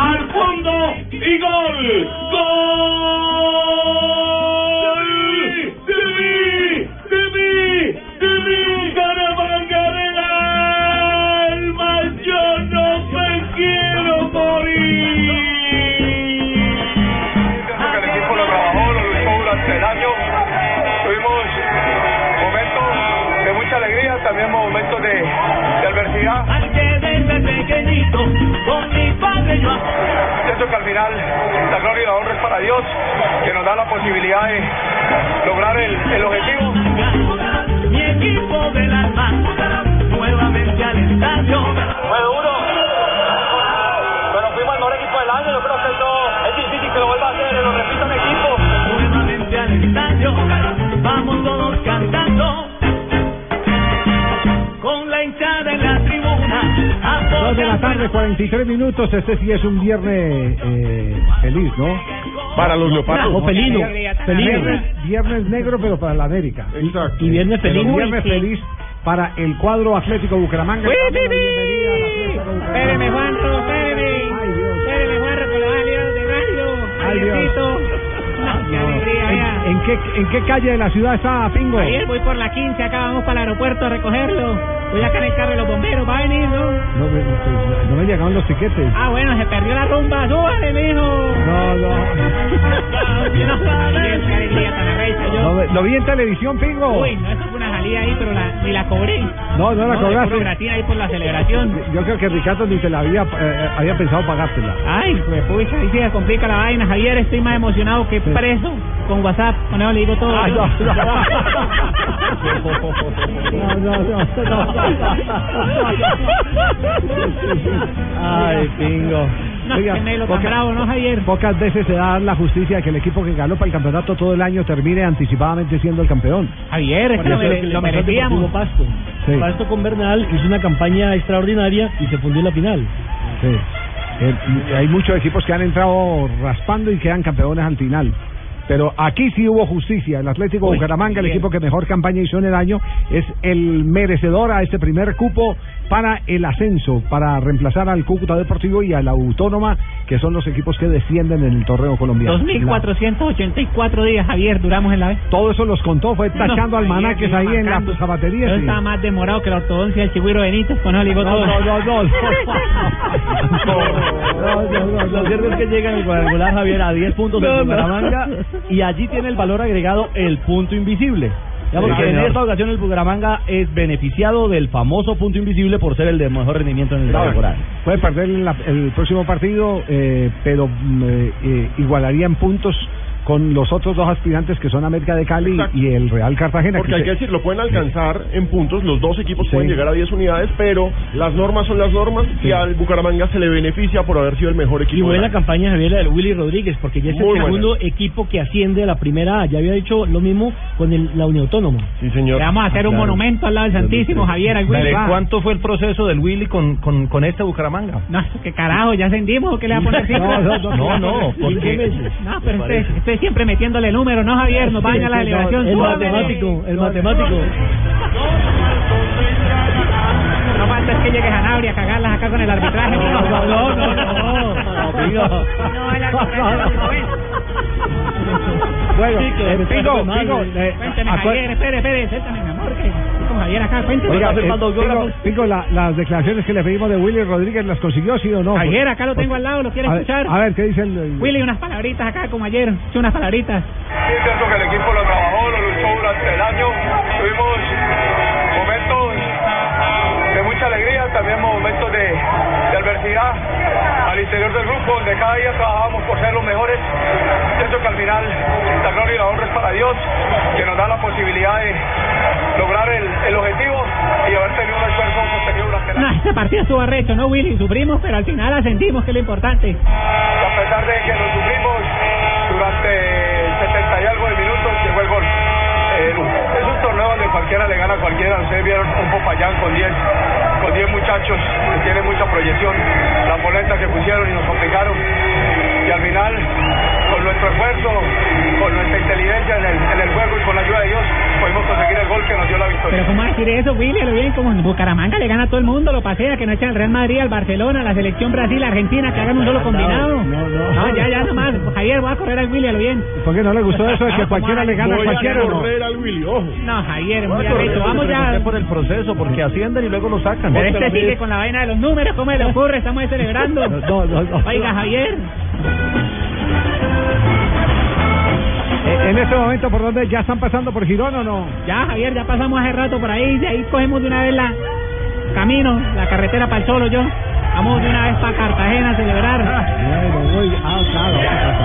al fondo y gol. ¡Gol! ¡Demi! ¡Demi! ¡Demi! ¡Caravangarela! ¡Alma, yo no me quiero morir! Creo que el equipo lo trabajó, lo luchó durante el año. Tuvimos momentos de mucha alegría, también momentos de, de adversidad. Al que desde pequeñito con mi padre yo Pienso que al final la gloria y la honra es para Dios, que nos da la posibilidad de lograr el, el objetivo. Mi equipo del alma, nuevamente al estadio. Fue duro, pero fuimos el mejor equipo del año. Yo creo que esto es difícil que lo vuelva a hacer, lo repito en equipo. Nuevamente al estadio. Vamos todos cantando. Con la hinchada en la tribuna. Dos de la tarde, 43 minutos. Este sí es un viernes eh, feliz, ¿no? Para los leopardos. O felino. Felino. Viernes, viernes negro, pero para la América. Exacto. Y viernes Pero felino. viernes feliz para el cuadro Atlético Bucaramanga. ¡Uy, Damos la sí, sí! bienvenida al Atlético Bucaramanga. Espéreme, Juanjo, espéreme. Ay, Dios. Espéreme, Juanjo, que lo va a liar de radio. Ay, Dios. Javiercito. Qué alegría, vea. ¿En, en qué, ¿En qué calle de la ciudad está Pingo? Javier, voy por la 15, acá vamos para el aeropuerto a recogerlo. Voy acá en el carro de los bomberos, va a venir, ¿no? No, me, no me llegaron los tiquetes. Ah, bueno, se perdió la rumba, súbale, mijo. No, no. Qué alegría tan arrecha, No, yo. me- Lo vi en televisión, Pingo. Uy, no, eso fue una salida ahí, pero la, ni la cobré. No, no la de cobraste. puro gratín ahí por la celebración. Yo creo que Ricardo ni te la había, eh, había pensado pagártela. Ay, pues pucha, ahí sí se complica la vaina. Javier, estoy más emocionado que preso con WhatsApp. Con eso le digo todo. Ay, no, no. No, no, no, Ay, pingo. No, Oiga, que me lo tan poca- bravo, ¿no, Javier? Pocas veces se da la justicia de que el equipo que ganó para el campeonato todo el año termine anticipadamente siendo el campeón. Javier, es que Por lo, eso mere- es que lo le pasó al merecíamos. Deportivo Sí, Pasto con Bernal hizo una campaña extraordinaria y se fundió en la final. sí. Eh, m- hay muchos equipos que han entrado raspando y quedan campeones al final. Pero aquí sí hubo justicia. El Atlético Bucaramanga, el equipo que mejor campaña hizo en el año, es el merecedor a este primer cupo para el ascenso, para reemplazar al Cúcuta Deportivo y a la Autónoma, que son los equipos que descienden en el torneo colombiano. La- 2.484 días, Javier, duramos en la vez. todo eso los contó, fue tachando No, almanaques ahí Javier, en la marcando. zapatería. Yo sí. estaba más demorado que la ortodoncia del Chigüiro Benítez. Con eso le digo todo. no, no, no, no. Lo cierto es que llega en el cuadrangular Javier a 10 puntos No, en no. Bucaramanga y allí tiene el valor agregado el punto invisible. Ya Sí, porque en señor. esta ocasión el Bucaramanga es beneficiado del famoso punto invisible por ser el de mejor rendimiento en el Claro, temporal. Puede perder la- el próximo partido, eh, pero mm, eh, eh, igualaría en puntos con los otros dos aspirantes que son América de Cali Exacto. y el Real Cartagena. Porque que hay se- que decir, lo pueden alcanzar en puntos, los dos equipos Sí. pueden llegar a 10 unidades, pero las normas son las normas Sí. y al Bucaramanga se le beneficia por haber sido el mejor Y equipo. buena del año. campaña Javier la del Willy Rodríguez, porque ya es el Muy buena. segundo equipo que asciende a la primera A. Ya había hecho lo mismo con el- la Unión Autónoma. Sí, señor. Le vamos a hacer un monumento al lado del Santísimo, Javier, al güey. ¿Cuánto fue el proceso del Willy con, con, con este Bucaramanga? No, qué carajo, ya ascendimos, ¿o ¿qué le va a poner cifra? No, no, no, no, porque- No, pero usted, usted siempre metiéndole números, ¿no, Javier? Nos vayan a la celebración. El súbale. matemático, el matemático. No falta es que llegue Sanabria a cagarlas acá con el arbitraje. No, no, no, no, no, amigo. No, el arbitraje no fue. Bueno, Pico, eh, me Pico, parece mal, Pico, eh. eh, Cuénteme, acu- Javier, espere, espere, siéntame, mi amor, que estoy con Javier acá, cuénteme. Oiga, Está eh, firmando Pico, autógrafos. Pico, la- las declaraciones que le pedimos de Willy Rodríguez, ¿las consiguió, sí o no? Javier, acá lo tengo al lado, ¿lo quiere a ver, escuchar? A ver, ¿qué dice el...? el- Willy, unas palabritas acá, como ayer, hizo unas palabritas. Pienso que el equipo lo trabajó, lo luchó durante el año. Tuvimos momentos de mucha alegría, también momentos de, de adversidad al interior del grupo, donde cada día trabajábamos por ser los mejores. Pienso que al final la gloria y la honra es para Dios, que nos da la posibilidad de Ese este partido estuvo arrecho, ¿no, Willy? Sufrimos, pero al final ascendimos, que es lo importante. que a pesar de que nos sufrimos durante 70 y algo de minutos, llegó el gol. Eh, es un torneo donde cualquiera le gana a cualquiera. Ustedes vieron un Popayán con 10 con 10 muchachos que tienen mucha proyección. La molesta que pusieron y nos complicaron. Y al final, con nuestro esfuerzo, con nuestra inteligencia en el, en el juego y con la ayuda de Dios, pudimos conseguir el gol que nos dio la victoria. Pero ¿cómo va a decir eso, Willy? Lo bien como en Bucaramanga le gana a todo el mundo, lo pasea, que no echa al Real Madrid, al Barcelona, a la selección Brasil, a Argentina, que hagan un solo combinado. Ah, No, no. ya, ya, nomás. Javier, voy a correr al Willy, lo bien. Ah, ¿Por qué no le gustó eso de que cualquiera le gana a Voy cualquiera? a o no? correr al Willy, ojo. No, Javier, muy arrecho. Vamos ya. por el proceso, porque ascienden y luego lo sacan. Pero este sigue con la vaina de los números, ¿cómo le ocurre? Estamos ahí celebrando. No, no, no. Oiga, Javier. Eh, En este momento, ¿por dónde? ¿Ya están pasando por Girón o no? Ya, Javier, ya pasamos hace rato por ahí, y ahí cogemos de una vez la camino, la carretera para el solo yo. Vamos de una vez para Cartagena a celebrar. Bueno, muy... Ah, claro.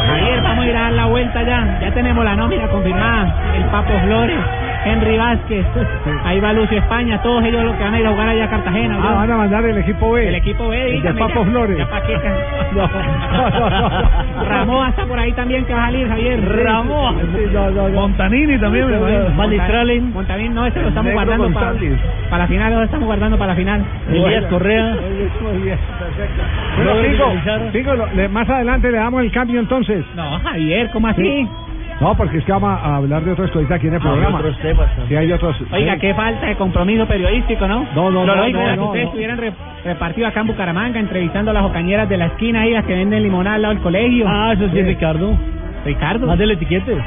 Javier, vamos a ir a dar la vuelta ya. Ya tenemos la nómina confirmada. El Papo Flores, Henry Vázquez, ahí va Lucio España, todos ellos los que van a ir a jugar allá a Cartagena. Ah, yo. van a mandar el equipo B. El equipo B, El de dígame, Papo ya. Flores. Ya pa' qué can- No, no, no, no. Ramón está por ahí también que va a salir, Javier. Sí, no, no, no. Montanini también, me imagino. Monta- Montavín, este no, ese lo estamos Negro guardando para González. para la final, lo estamos guardando para la final. Elías Correa. Ah, Bueno, Robert Pingo, Villalizardo. Pingo, lo- le- más adelante le damos el cambio entonces. No, Javier, ¿cómo así? Sí. No, porque es que vamos a hablar de otras cosas aquí en el programa. Sí, hay otros. Oiga, sí. qué falta de compromiso periodístico, ¿no? No, no, Lo no, lógico no, era que no, ustedes no. estuvieran re- repartidos acá en Bucaramanga, entrevistando a las ocañeras de la esquina ahí, las que venden limonada al lado del colegio. Ah, eso sí, Sí. Ricardo. Ricardo. Más del etiquete.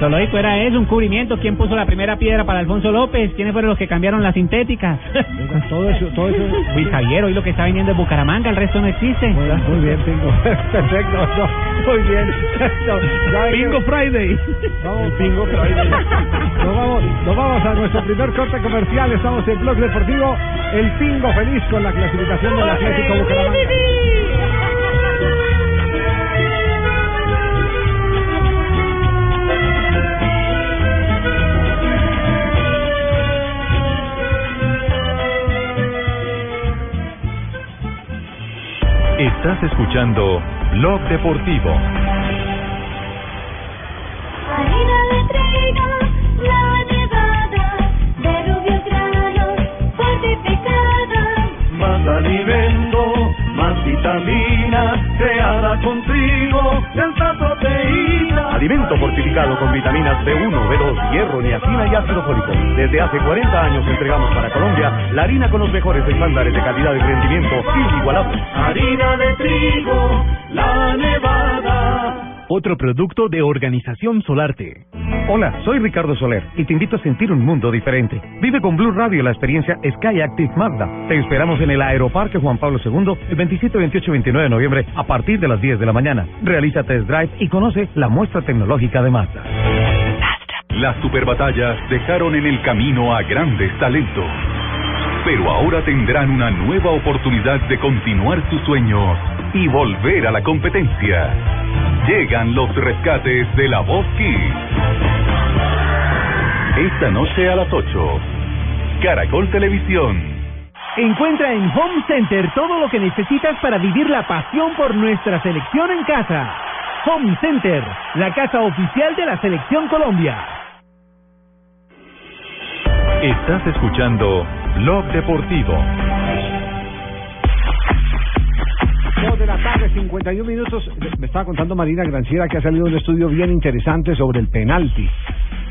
Lo lógico era eso, un cubrimiento. ¿Quién puso la primera piedra para Alfonso López? ¿Quiénes fueron los que cambiaron las sintéticas? Oiga, Todo eso, todo eso. Luis Javier, hoy lo que está viniendo es Bucaramanga, el resto no existe. Muy, muy bien, Pingo. Perfecto. no, muy bien. No, ya- Friday. Vamos, Pingo Friday. Nos vamos, nos vamos a nuestro primer corte comercial. Estamos en Blog Deportivo. El Pingo feliz con la clasificación del eh, Atlético Bucaramanga. Estás escuchando Blog Deportivo. Harina de trigo, la nevada, de rubios granos, fortificada. Más alimento, más vitamina, creada con trigo, tanta proteína. Alimento fortificado con vitaminas B1, B2, hierro, niacina y ácido fólico. Desde hace 40 años entregamos para Colombia la harina con los mejores estándares de calidad y rendimiento inigualables. Harina de trigo, la nevada. Otro producto de Organización Solarte. Hola, soy Ricardo Soler y te invito a sentir un mundo diferente. Vive con Blue Radio la experiencia Sky Active Magda. Te esperamos en el Aeroparque Juan Pablo II el 27, 28 y 29 de noviembre a partir de las 10 de la mañana. Realiza test drive y conoce la muestra tecnológica de Mazda. Las superbatallas dejaron en el camino a grandes talentos, pero ahora tendrán una nueva oportunidad de continuar sus sueños y volver a la competencia. Llegan los rescates de la Voz Kids. Esta noche a las 8, Caracol Televisión. Encuentra en Home Center todo lo que necesitas para vivir la pasión por nuestra selección en casa. Home Center, la casa oficial de la selección Colombia. Estás escuchando Blog Deportivo. Dos de la tarde, 51 minutos. Me estaba contando Marina Granciera que ha salido un estudio bien interesante sobre el penalti.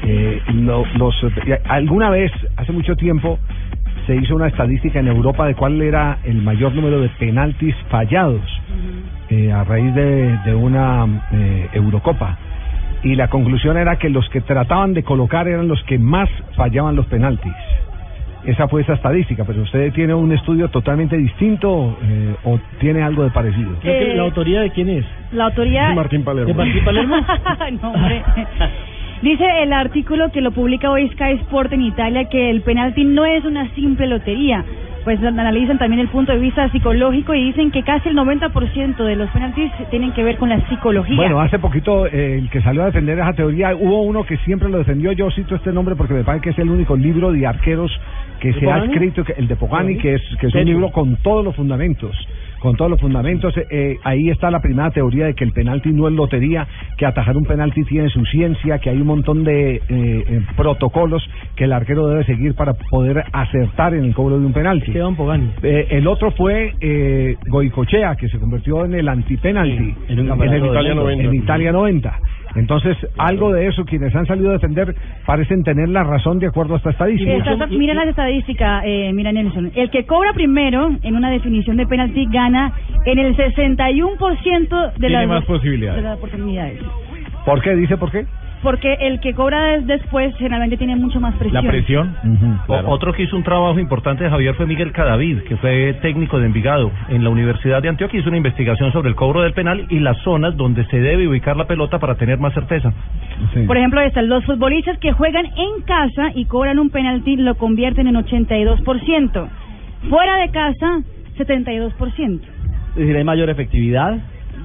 Eh, lo- los, eh, alguna vez, hace mucho tiempo, se hizo una estadística en Europa de cuál era el mayor número de penaltis fallados eh, a raíz de, de una eh, Eurocopa. Y la conclusión era que los que trataban de colocar eran los que más fallaban los penaltis. Esa fue esa estadística, pero usted tiene un estudio totalmente distinto eh, o tiene algo de parecido. Eh, ¿La autoría de quién es? La autoría. Martín Palermo. ¿De Martín Palermo? No, hombre. Dice el artículo que lo publica hoy Sky Sport en Italia que el penalti no es una simple lotería. Pues analizan también el punto de vista psicológico y dicen que casi el 90% de los penaltis tienen que ver con la psicología. Bueno, hace poquito eh, el que salió a defender esa teoría, hubo uno que siempre lo defendió, yo cito este nombre porque me parece que es el único libro de arqueros que se ha ¿Pogani? escrito, que- el de Pogani, ¿Pogani? que es, que es un Serio. libro con todos los fundamentos. Con todos los fundamentos, eh, eh, ahí está la primera teoría de que el penalti no es lotería, que atajar un penalti tiene su ciencia, que hay un montón de eh, eh, protocolos que el arquero debe seguir para poder acertar en el cobro de un penalti. Eh, el otro fue eh, Goicochea, que se convirtió en el antipenalti en un en, campeonato el del Italia mundo. 90. en Italia 90. Entonces, algo de eso, quienes han salido a defender parecen tener la razón de acuerdo a esta estadística. Estas- mira las estadísticas, eh, mira Nelson. El que cobra primero en una definición de penalti gana en el 61% de Tiene las, más posibilidades. de las oportunidades. ¿Por qué? ¿Dice por qué? Porque el que cobra es después generalmente tiene mucho más presión. O- Otro que hizo un trabajo importante, Javier, fue Miguel Cadavid, que fue técnico de Envigado en la Universidad de Antioquia. Hizo una investigación sobre el cobro del penal y las zonas donde se debe ubicar la pelota para tener más certeza. Mm. Por ejemplo, están los futbolistas que juegan en casa y cobran un penalti, lo convierten en 82%. Fuera de casa, 72%. Es decir, hay mayor efectividad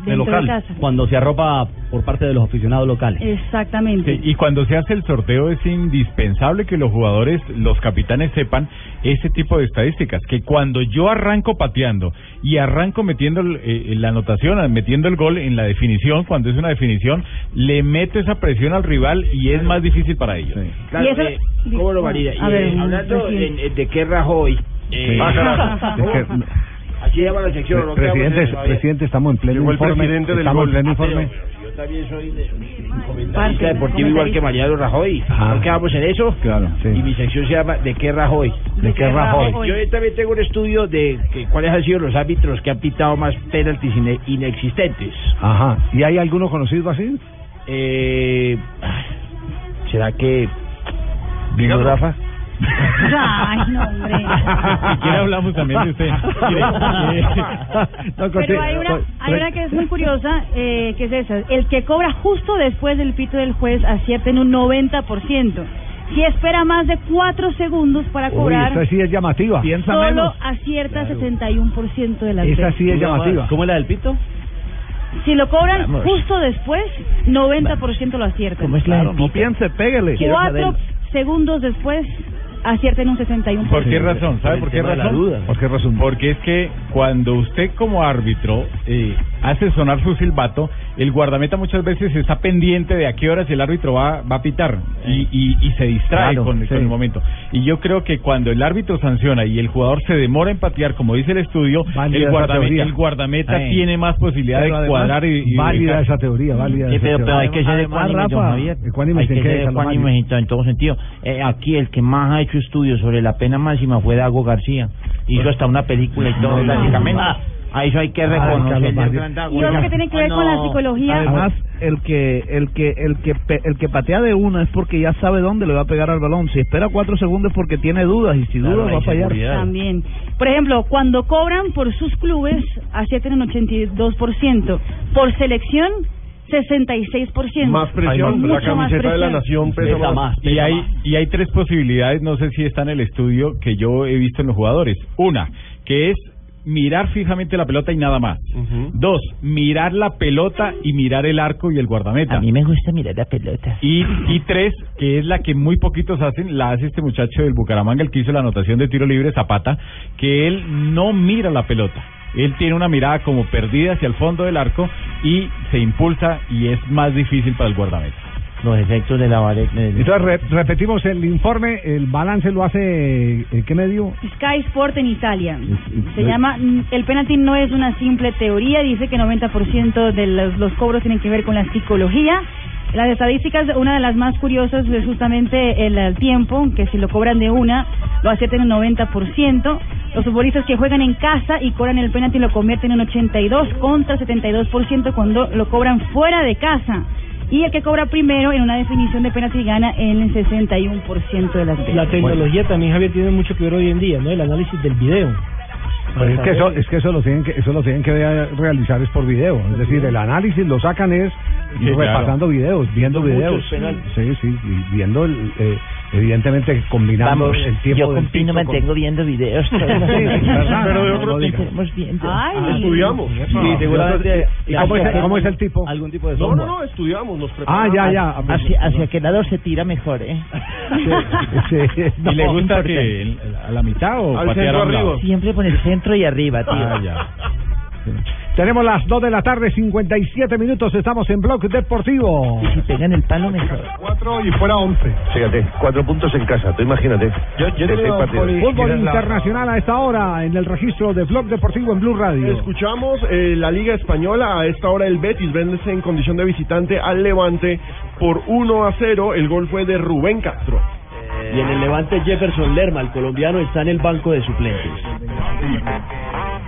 de local, casa. cuando se arropa por parte de los aficionados locales. Exactamente. Sí, y cuando se hace el sorteo es indispensable que los jugadores, los capitanes sepan ese tipo de estadísticas, que cuando yo arranco pateando y arranco metiendo el- eh, la anotación, metiendo el gol en la definición, cuando es una definición, le meto esa presión al rival y es más difícil para ellos. Claro, eh, ¿cómo lo valida? Y, A eh, ver, hablando presidente. de, de qué Rajoy, eh, Ah, Es que, así llama la sección, ¿no? presidente, Quedamos en- presidente, estamos en pleno Llegó el informe. presidente del estamos en gol. pleno Ah, pero- informe. Yo también soy de, Parte, comentarista deportivo igual que Mariano Rajoy. Ah. ¿No quedamos en eso? Claro, Y mi sección se llama ¿De qué Rajoy? ¿De qué Rajoy? Yo también tengo un estudio de que- cuáles han sido los árbitros que han pitado más penaltis ine- inexistentes. Ajá. ¿Y hay alguno conocido así? Eh, ¿Será que vino Dígalo. Rafa? Ay, no, hombre. Si quiere hablamos también de usted. Mire, eh, Pero hay una, hay una que es muy curiosa, eh, que es esa. El que cobra justo después del pito del juez acierta en un 90%. Si espera más de 4 segundos para Uy, cobrar, esa sí es llamativa. Piensa solo acierta 71% de las Esa veces. sí es llamativa. ¿Cómo es la del pito? Si lo cobran Vamos. justo después, 90% lo aciertan. no piense, pégale. Cuatro segundos después, acierten un 61%. ¿Por qué razón? ¿Sabe por qué razón? ¿Por qué razón? Porque es que cuando usted como árbitro eh, hace sonar su silbato, el guardameta muchas veces está pendiente de a qué horas el árbitro va, va a pitar y, y- y se distrae Claro, con, sí. con el momento. Y yo creo que cuando el árbitro sanciona y el jugador se demora en patear, como dice el estudio, el Válida esa teoría. guardameta, el guardameta Sí. tiene más posibilidad Pero de además, cuadrar y, y válida ubicar. esa teoría, válida Sí, esa pero, pero teoría. hay que ser Además, ecuánime, don Rafa, Javier. ecuánime, hay ¿en que qué, ser Salomario? ecuánime en todo- en todo sentido. Eh, aquí el que más ha hecho estudios sobre la pena máxima fue Dago García. Hizo hasta una película y todo, No, prácticamente. no. A eso hay que Ah, reconocer. Carlos Mario. Y otro que tiene que ver con la psicología. Además, el que el que el que pe- el que patea de una es porque ya sabe dónde le va a pegar al balón. Si espera cuatro segundos es porque tiene dudas y si Claro, duda hay va a fallar. seguridad. También. Por ejemplo, cuando cobran por sus clubes, aciertan un 82%. Por selección, 66%. Mucho más presión. Pesa más, y hay y hay tres posibilidades, no sé si están en el estudio que yo he visto en los jugadores. Una, que es mirar fijamente la pelota y nada más. Dos, mirar la pelota y mirar el arco y el guardameta. A mí me gusta mirar la pelota. Y, y tres, que es la que muy poquitos hacen, la hace este muchacho del Bucaramanga, el que hizo la anotación de tiro libre, Zapata, que él no mira la pelota. Él tiene una mirada como perdida hacia el fondo del arco y se impulsa y es más difícil para el guardameta. Los efectos de la vareta. Entonces, re- repetimos el informe, el balance lo hace, eh, ¿qué medio? Sky Sport en Italia. Se no- llama mm, El penalti no es una simple teoría, dice que 90% de los, los cobros tienen que ver con la psicología. Las estadísticas, una de las más curiosas es justamente el, eh, tiempo, que si lo cobran de una, lo aciertan en 90%. Los futbolistas que juegan en casa y cobran el penalti lo convierten en 82 contra 72% cuando lo cobran fuera de casa. Y el que cobra primero en una definición de penalti gana el 61% de las veces. La tecnología también, Javier, tiene mucho que ver hoy en día, ¿no? El análisis del video. Pues es que eso, es que eso lo tienen que, eso lo tienen que eh, realizar es por video, es decir, el análisis lo sacan es Sí, claro. repasando videos, viendo Viendo videos, muchos penales. sí, sí, y viendo el, eh, Evidentemente combinando Vamos, el tiempo yo del continuo pico con- mantengo viendo videos. Pero de otro tipo. Ay, Ah, estudiamos. Sí, seguramente. ¿Y cómo es, el- cómo es el tipo? Algún tipo de software. No, no, no, estudiamos, nos pues, Ah, preparamos. ya, ya. Hacia, hacia que lado se tira mejor, ¿eh? ¿Y le No, gusta importante. que el- a la mitad o Al patear a centro un lado? Siempre por el centro y arriba, tío. Ah, ya. Tenemos las 2 de la tarde, 57 minutos. Estamos en Blog Deportivo. Si pegan el palo, mejor. 4 y fuera 11. Fíjate, cuatro puntos en casa, tú imagínate. Yo, Fútbol internacional a esta hora en el registro de Blog Deportivo en Blue Radio. Escuchamos eh, la Liga Española. A esta hora el Betis vence en condición de visitante al Levante por 1 a 0. El gol fue de Rubén Castro. Eh, Y en el Levante Jefferson Lerma, el colombiano, está en el banco de suplentes.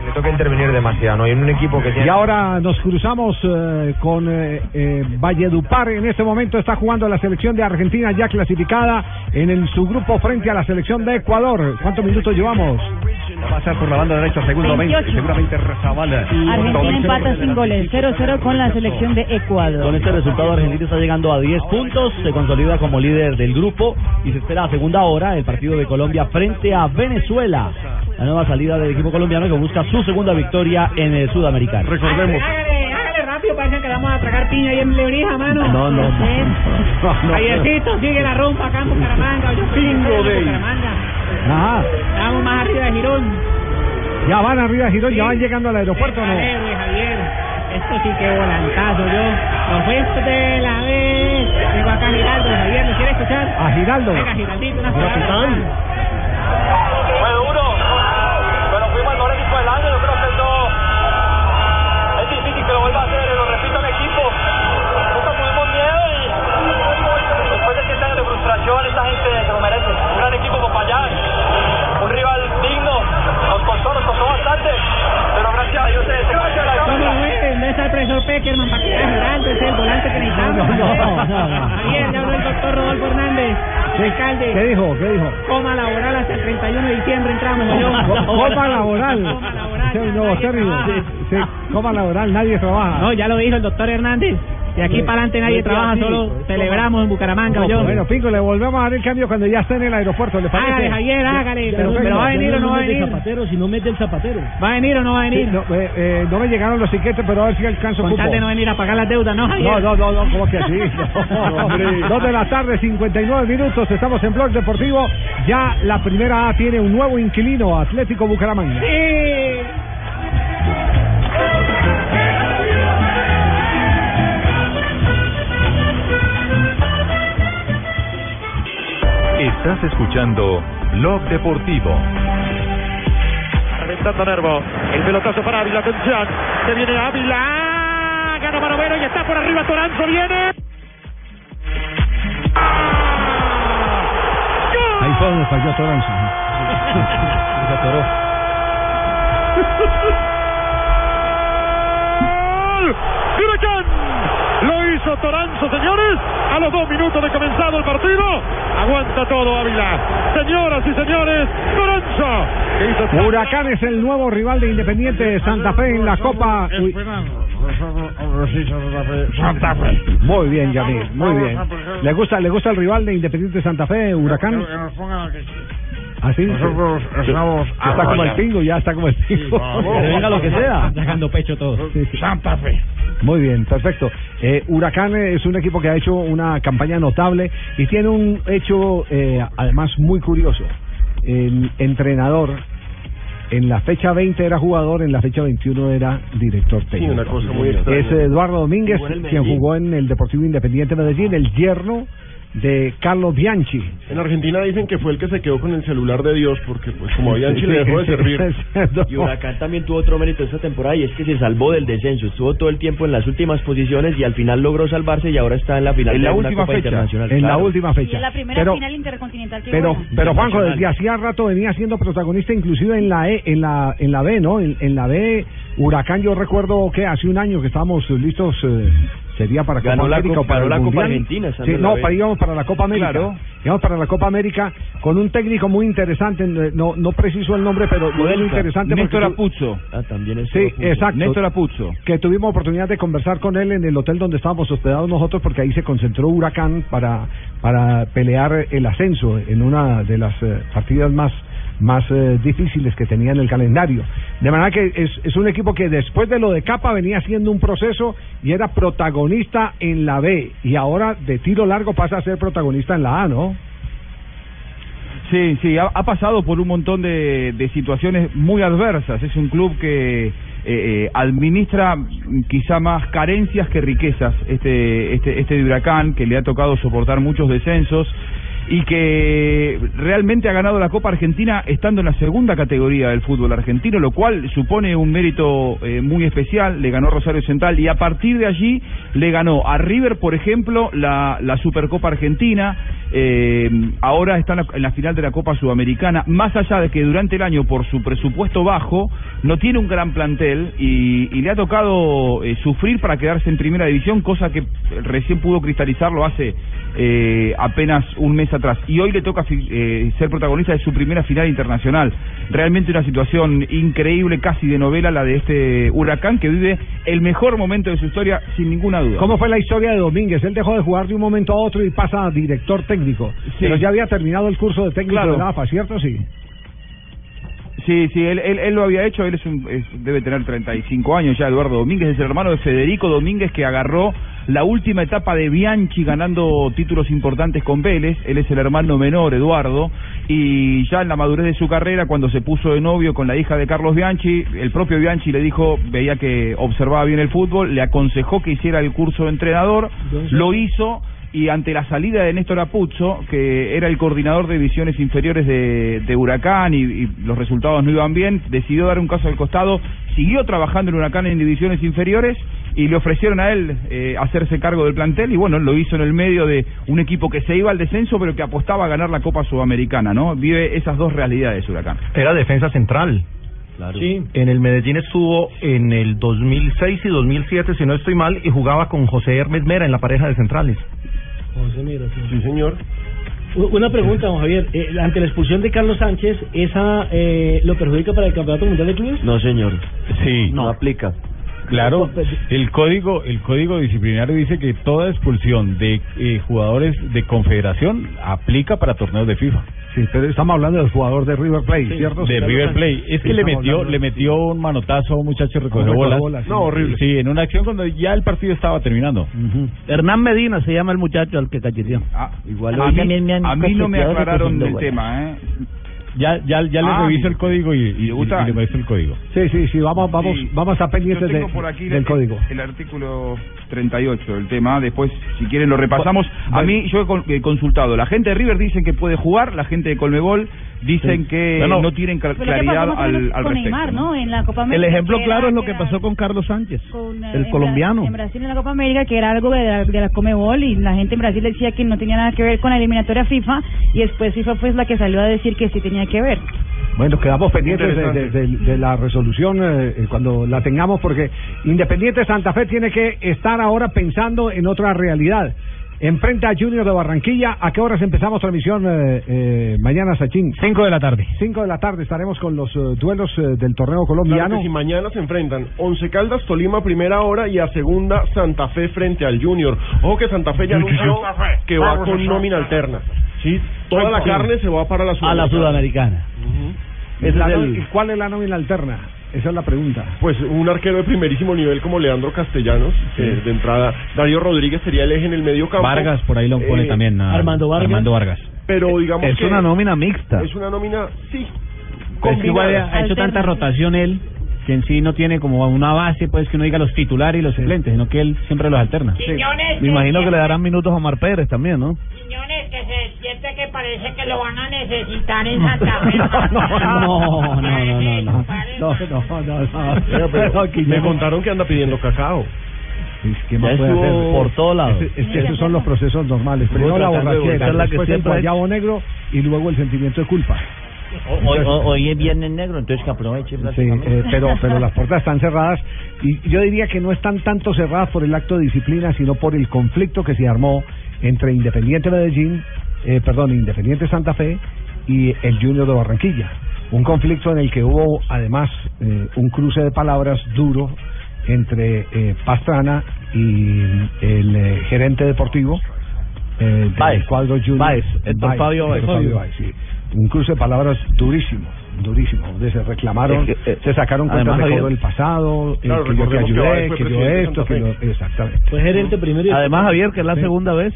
Le toca intervenir demasiado, ¿no? Y en un equipo que tiene... Y ahora nos cruzamos eh, con eh, eh, Valledupar. En este momento está jugando la selección de Argentina ya clasificada en el, su grupo frente a la selección de Ecuador. ¿Cuántos minutos llevamos? Va a pasar por la banda derecha, segundo 28. 20, seguramente Razabala. Argentina empata sin goles, 0-0 con la selección de Con Ecuador. este resultado, Argentina está llegando a 10 puntos, se consolida como líder del grupo y se espera a segunda hora el partido de Colombia frente a Venezuela. La nueva salida del equipo colombiano que busca su segunda victoria en el sudamericano. Recordemos. Hágale, hágale rápido, parece que vamos a tragar piña ahí en Lebrija, mano. No, no. Callecito, sigue la rumba acá en Bucaramanga. Yo estoy en Bucaramanga. Ajá. Estamos más arriba de Girón. Ya van arriba de Girón, ya van llegando al aeropuerto, ¿o ¿no? Vale, güey, Javier. Esto sí que volantazo, yo. Lo fuiste de la vez. Tengo acá a Giraldo, Javier, ¿lo quieres escuchar? A Giraldo. Venga, Giraldito, una Capitán. palabra. Fue duro, pero fuimos el mejor equipo del año. Yo creo que esto es difícil que lo vuelva a hacer. Lo repito al equipo. Nunca tuvimos miedo y después de siete años de frustración, esta gente se lo merece. Un gran equipo como Payán, un rival digno. Nos costó, nos costó bastante, pero gracias a Dios se se consiguió la ¿Cómo lo victoria. ven? ¿Dónde está el profesor Peckerman? ¿Para qué está Giraldo? Ese Es el volante que necesitamos. No, no, no, no. Javier, ya habló el doctor Rodolfo Hernández, alcalde. ¿Qué dijo? ¿Qué dijo? Coma laboral hasta el 31 de diciembre entramos. Coma ¿oyó? coma laboral. Sí, no, serio. Sí, coma laboral, nadie trabaja. No, ya lo dijo el doctor Hernández. De aquí Sí. para adelante nadie Sí, trabaja, sí, solo sí. pues, celebramos en Bucaramanga. No, oyó. bueno, Pingo, le volvemos a dar el cambio cuando ya esté en el aeropuerto, ¿le parece? Hágale, Javier, hágale. Ya, Pero, perfecto. pero va a venir o no va a mete el venir. zapatero, si no mete el zapatero. ¿Va a venir o no va a venir? Sí, no, eh, eh, no me llegaron los tiquetes, pero a ver si alcanzo Con tal cupo. de no venir a pagar las deudas, ¿no, Javier? No, no, no, no, ¿cómo que así? No. Hombre. Dos de la tarde, 59 minutos, estamos en Blog Deportivo. Ya la primera A tiene un nuevo inquilino, Atlético Bucaramanga. Sí. Estás escuchando Blog Deportivo. Reventando Nervo. El pelotazo para Ávila. Atención. Se viene Ávila. Gana Marovero y está por arriba Toranzo. Viene. Ahí fue donde falló Toranzo. Se atoró. ¡Gol! ¡Huracán! Lo hizo Toranzo, señores. A los dos minutos de comenzado el partido. Aguanta todo Ávila. Señoras y señores, Toranzo. que hizo Huracán es el nuevo rival de Independiente de Santa Fe en la Copa. Uy. Santa Fe. Muy bien, Yamil, muy bien. ¿Le gusta, ¿Le gusta el rival de Independiente de Santa Fe, Huracán? ¿Ah, ¿Así? eh, Nosotros estamos Está como el arrollados. pingo, ya está como el pingo. Que venga lo que sea. Sacando pecho todo. Santa Fe. Muy bien, perfecto. Eh, Huracán eh, es un equipo que ha hecho una campaña notable y tiene un hecho eh, además muy curioso. El entrenador en la fecha 20 era jugador, en la fecha 21 era director técnico. una cosa muy extraña. es Eduardo Domínguez, Jugó en el quien Medellín. jugó en el Deportivo Independiente Medellín, el yerno de Carlos Bianchi. En Argentina dicen que fue el que se quedó con el celular de Dios porque, pues, como había en Chile, dejó de servir. Y Huracán también tuvo otro mérito esta temporada y es que se salvó del descenso. Estuvo todo el tiempo en las últimas posiciones y al final logró salvarse y ahora está en la final En la de una última Copa fecha, Internacional. en la claro. última fecha. Y es la primera Pero- final intercontinental que Pero, juega. pero Juanjo, desde hacía rato venía siendo protagonista inclusive en la E, en la, en la B, ¿no? En, en la B, Huracán, yo recuerdo que hace un año que estábamos listos eh, sería para Ganó Copa la América Copa- o para ganó el la Copa Mundial. Argentina, estando Sí, en la no, B. para, íbamos para la Copa América. Claro. Íbamos para la Copa América con un técnico muy interesante, no, no preciso el nombre, pero muy interesante. porque Néstor tú- Apuzzo. Ah, también es. Sí, exacto. Néstor Apuzzo. que tuvimos oportunidad de conversar con él en el hotel donde estábamos hospedados nosotros porque ahí se concentró Huracán para para pelear el ascenso en una de las eh, partidas más más eh, difíciles que tenía en el calendario. De manera que es, es un equipo que después de lo de Capa venía haciendo un proceso y era protagonista en la B y ahora de tiro largo pasa a ser protagonista en la A, ¿no? Sí, sí, ha, ha pasado por un montón de, de situaciones muy adversas. Es un club que eh, eh, administra mm, quizá más carencias que riquezas. Este, este, este de huracán que le ha tocado soportar muchos descensos y que realmente ha ganado la Copa Argentina estando en la segunda categoría del fútbol argentino, lo cual supone un mérito eh, muy especial. Le ganó Rosario Central y a partir de allí le ganó a River, por ejemplo, la, la Supercopa Argentina. Eh, ahora está en la, en la final de la Copa Sudamericana. Más allá de que durante el año, por su presupuesto bajo, no tiene un gran plantel y, y le ha tocado eh, sufrir para quedarse en primera división, cosa que eh, recién pudo cristalizarlo hace eh, apenas un mes atrás. Y hoy le toca fi- eh, ser protagonista de su primera final internacional. Realmente una situación increíble, casi de novela, la de este huracán que vive el mejor momento de su historia, sin ninguna duda. ¿Cómo fue la historia de Domínguez? Él dejó de jugar de un momento a otro y pasa a director técnico. Pero ya había terminado el curso de técnico Claro. de AFA, ¿cierto? Sí. Sí, sí, él, él, él lo había hecho, él es un, es- debe tener 35 años ya, Eduardo Domínguez, es el hermano de Federico Domínguez que agarró la última etapa de Bianchi ganando títulos importantes con Vélez, él es el hermano menor, Eduardo, y ya en la madurez de su carrera, cuando se puso de novio con la hija de Carlos Bianchi, el propio Bianchi le dijo, veía que observaba bien el fútbol, le aconsejó que hiciera el curso de entrenador, lo hizo y ante la salida de Néstor Apuzzo, que era el coordinador de divisiones inferiores de, de Huracán y, y los resultados no iban bien, decidió dar un caso al costado, siguió trabajando en Huracán en divisiones inferiores y le ofrecieron a él eh, hacerse cargo del plantel y bueno, lo hizo en el medio de un equipo que se iba al descenso pero que apostaba a ganar la Copa Sudamericana, ¿no? Vive esas dos realidades Huracán. Era defensa central. Sí, en el Medellín estuvo en el 2006 y 2007, si no estoy mal, y jugaba con José Hermes Mera en la pareja de centrales. José Miro, sí. señor. Una pregunta, don Javier. Eh, ante la expulsión de Carlos Sánchez, ¿esa eh, lo perjudica para el Campeonato Mundial de Clubes? No, señor. Sí. No aplica. Claro, pues, el código el código disciplinario dice que toda expulsión de eh, jugadores de confederación aplica para torneos de FIFA. Sí, pero estamos hablando del jugador de River Plate, ¿cierto? De River Plate. Es que le metió le metió un manotazo a un muchacho recogió recoge bolas. bolas, sí. No, horrible. Sí, en una acción cuando ya el partido estaba terminando. Hernán Medina se llama el muchacho al que cacheteó. igual A a mí mí, también me han a mí no me cacheteado aclararon recogiendo del bolas. tema, ¿eh? Ya ya ya le Ah, reviso el código y, y- y le muestro el código. Sí, sí, sí, vamos, vamos, Sí. vamos a estar pendientes Yo tengo de- por aquí del el, código. el artículo 38 el tema. Después, si quieren, lo repasamos. A mí, yo he con- he consultado. La gente de River dicen que puede jugar, la gente de Colmebol dicen Sí. que Bueno, no tienen clar- Fue lo que pasó claridad más o al, menos al con respecto. Neymar, ¿no? En la Copa El América. ejemplo que claro era- es lo que que era- pasó con Carlos Sánchez, con, eh, en el Bra- colombiano. En Brasil, en la Copa América, que era algo de la, de la Comebol, y la gente en Brasil decía que no tenía nada que ver con la eliminatoria FIFA, y después FIFA fue la que salió a decir que sí tenía que ver. Bueno, quedamos pendientes de, de- de- de la resolución eh, eh, cuando la tengamos, porque Independiente Santa Fe tiene que estar ahora pensando en otra realidad. Enfrenta a Junior de Barranquilla. ¿A qué horas empezamos transmisión eh, eh, mañana, Sachin? Cinco de la tarde. Cinco de la tarde estaremos con los eh, duelos eh, del torneo Claro colombiano. que sí, mañana se enfrentan Once Caldas, Tolima, primera hora y a segunda Santa Fe frente al Junior. Ojo que Santa Fe ya Sí, sí, sí. anunció que va Vamos a con Santa nómina alterna. Sí, toda la Sí. carne se va para la A la Sudamericana. Ese La es no- el- ¿y ¿Cuál es la nómina alterna? Esa es la pregunta. Pues un arquero de primerísimo nivel como Leandro Castellanos, que de entrada Darío Rodríguez sería el eje en el medio campo. Vargas por ahí lo pone Eh, también. a- Armando Vargas. Pero digamos Es que una nómina mixta. Es una nómina, sí. Pues que igual ha combinada. hecho tanta rotación él que en sí no tiene como una base, pues que uno diga los titulares y los suplentes, sino que él siempre los alterna. Quiñones, Me imagino que le darán minutos a Omar Pérez también, ¿no? Quiñones, que se despierte que parece que lo van a necesitar en Santa Fe. no, no, no, no. No, no, no, no. Ah, Pero, pero me contaron que anda pidiendo cacao. ¿Qué más puede hacer? Es, es que esos son los procesos normales. Primero la tratando de borrachera, buscar la que después el siempre ha hecho. guayabo negro y luego el sentimiento de culpa. Hoy, hoy es viernes negro, entonces que aproveche. Sí, eh, pero, pero las puertas están cerradas y yo diría que no están tanto cerradas por el acto de disciplina, sino por el conflicto que se armó entre Independiente Medellín, eh, perdón, Independiente Santa Fe y el Junior de Barranquilla. Un conflicto en el que hubo además eh, un cruce de palabras duro entre eh, Pastrana y el eh, gerente deportivo eh, del Baez. cuadro Junior. Baez, Héctor Baez, Fabio Baez. Héctor Fabio Baez, sí. Un cruce de palabras durísimo, durísimo, donde se reclamaron, Es que, eh, se sacaron cuentas además, de Javier- todo el pasado, eh, Claro, que yo te recordemos que ayudé, Baez que, fue yo presidente de esto, que Santa yo... Fe. Exactamente. Fue gerente primero y Además, Javier, que es la Sí. segunda vez.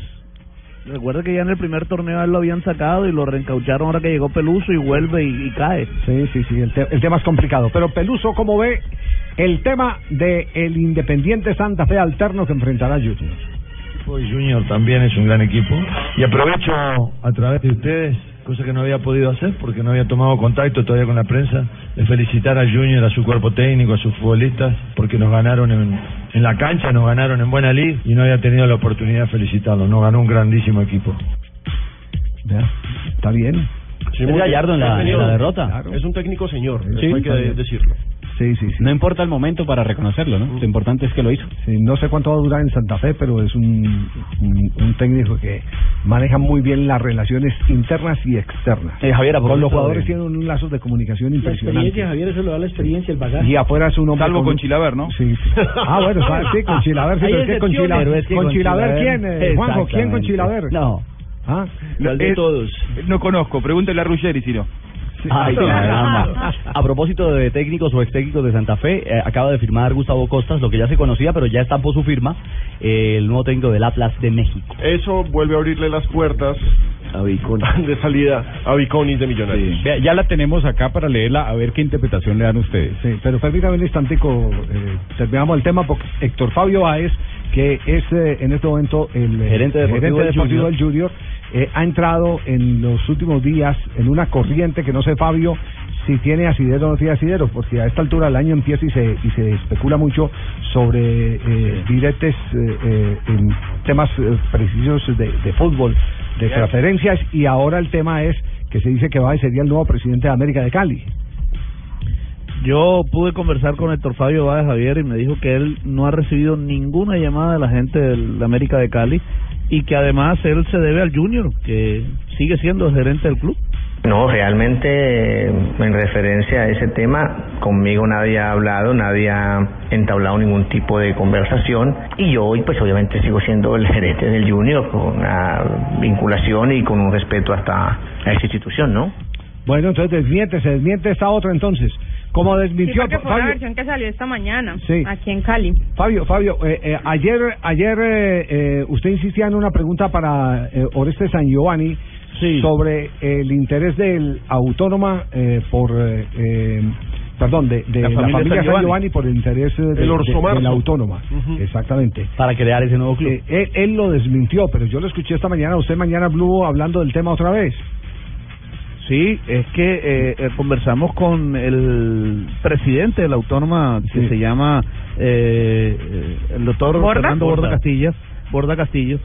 Recuerda que ya en el primer torneo a él lo habían sacado y lo reencaucharon ahora que llegó Peluso y vuelve y, y cae. Sí, sí, sí, el, te- el tema es complicado. Pero Peluso, ¿cómo ve el tema de el Independiente Santa Fe alterno que enfrentará a Junior? equipo y Junior también es un gran equipo. Y aprovecho a través de ustedes, cosa que no había podido hacer porque no había tomado contacto todavía con la prensa, de felicitar a Junior, a su cuerpo técnico, a sus futbolistas, porque nos ganaron en, en la cancha, nos ganaron en buena lid y no había tenido la oportunidad de felicitarlos. Nos ganó un grandísimo equipo. Vea, Está bien. Sí, muy bien. Gallardo en la- en la derrota. Es un técnico señor, Sí, eso hay que está bien. decirlo. Sí, sí, sí. No importa el momento para reconocerlo, ¿no? Lo importante es que lo hizo. Mm. Sí, no sé cuánto va a durar en Santa Fe, pero es un, un, un técnico que maneja muy bien las relaciones internas y externas. Eh, Javier, a Con los propósito jugadores de- tienen un lazo de comunicación La impresionante. experiencia, Javier, eso lo da la experiencia, el bagaje. Y afuera es un hombre. Salvo con Chilaver, ¿no? Sí. sí. Ah, bueno, sabe, sí, con Chilaver, sí, Hay pero es que con excepciones, Chilaver. pero es que ¿Con con Chilaver Chilaver- quién, eh, Juanjo? ¿Quién con Exactamente. Chilaver? No. ¿Ah? de todos. No conozco, pregúntale a Ruggeri si no. Ay, caramba. A propósito de técnicos o ex técnicos de Santa Fe, eh, acaba de firmar Gustavo Costas, lo que ya se conocía, pero ya estampó su firma, eh, el nuevo técnico del Atlas de México. Eso vuelve a abrirle las puertas de salida a Viconis de Millonarios. Vea, Ya la tenemos acá para leerla, a ver qué interpretación le dan ustedes. Sí, pero permítame un instantico, eh, terminamos el tema porque Héctor Fabio Baez, que es eh, en este momento el eh, Gerente deportivo del deportivo Junior. del Junior, eh, ha entrado en los últimos días en una corriente que no sé, Fabio, si tiene asidero o no tiene asidero, porque a esta altura del año empieza y se, y se especula mucho sobre eh, diretes eh, eh, en temas eh, precisos de, de fútbol, de Bien. transferencias, y ahora el tema es que se dice que Baez sería el nuevo presidente de América de Cali. Yo pude conversar con Héctor Fabio Báez Javier y me dijo que él no ha recibido ninguna llamada de la gente del América de Cali y que además él se debe al Junior, que sigue siendo el gerente del club. No, realmente eh, en referencia a ese tema, conmigo nadie ha hablado, nadie ha entablado ningún tipo de conversación y yo hoy pues obviamente sigo siendo el gerente del junior con una vinculación y con un respeto hasta a esa institución, ¿no? Bueno, entonces desmiente, se desmiente esta otra entonces. Como Sí, desmintió porque fue una Fabio, versión que salió esta mañana Sí. aquí en Cali. Fabio, Fabio, eh, eh, ayer, ayer eh, eh, usted insistía en una pregunta para eh, Oreste San Giovanni sobre el interés del autónoma eh, por, eh, eh, perdón, de, de la, familia San Giovanni. por el interés eh, de, El de- Orsomarzo. de la autónoma. Exactamente. Para crear ese nuevo club. Eh, él, él lo desmintió, pero yo lo escuché esta mañana, usted mañana Blue hablando del tema otra vez. Sí, es que eh, eh, conversamos con el presidente de la autónoma que se llama eh, eh, el doctor ¿Borda? Fernando Borda Borda. Castillas, Borda Castillo,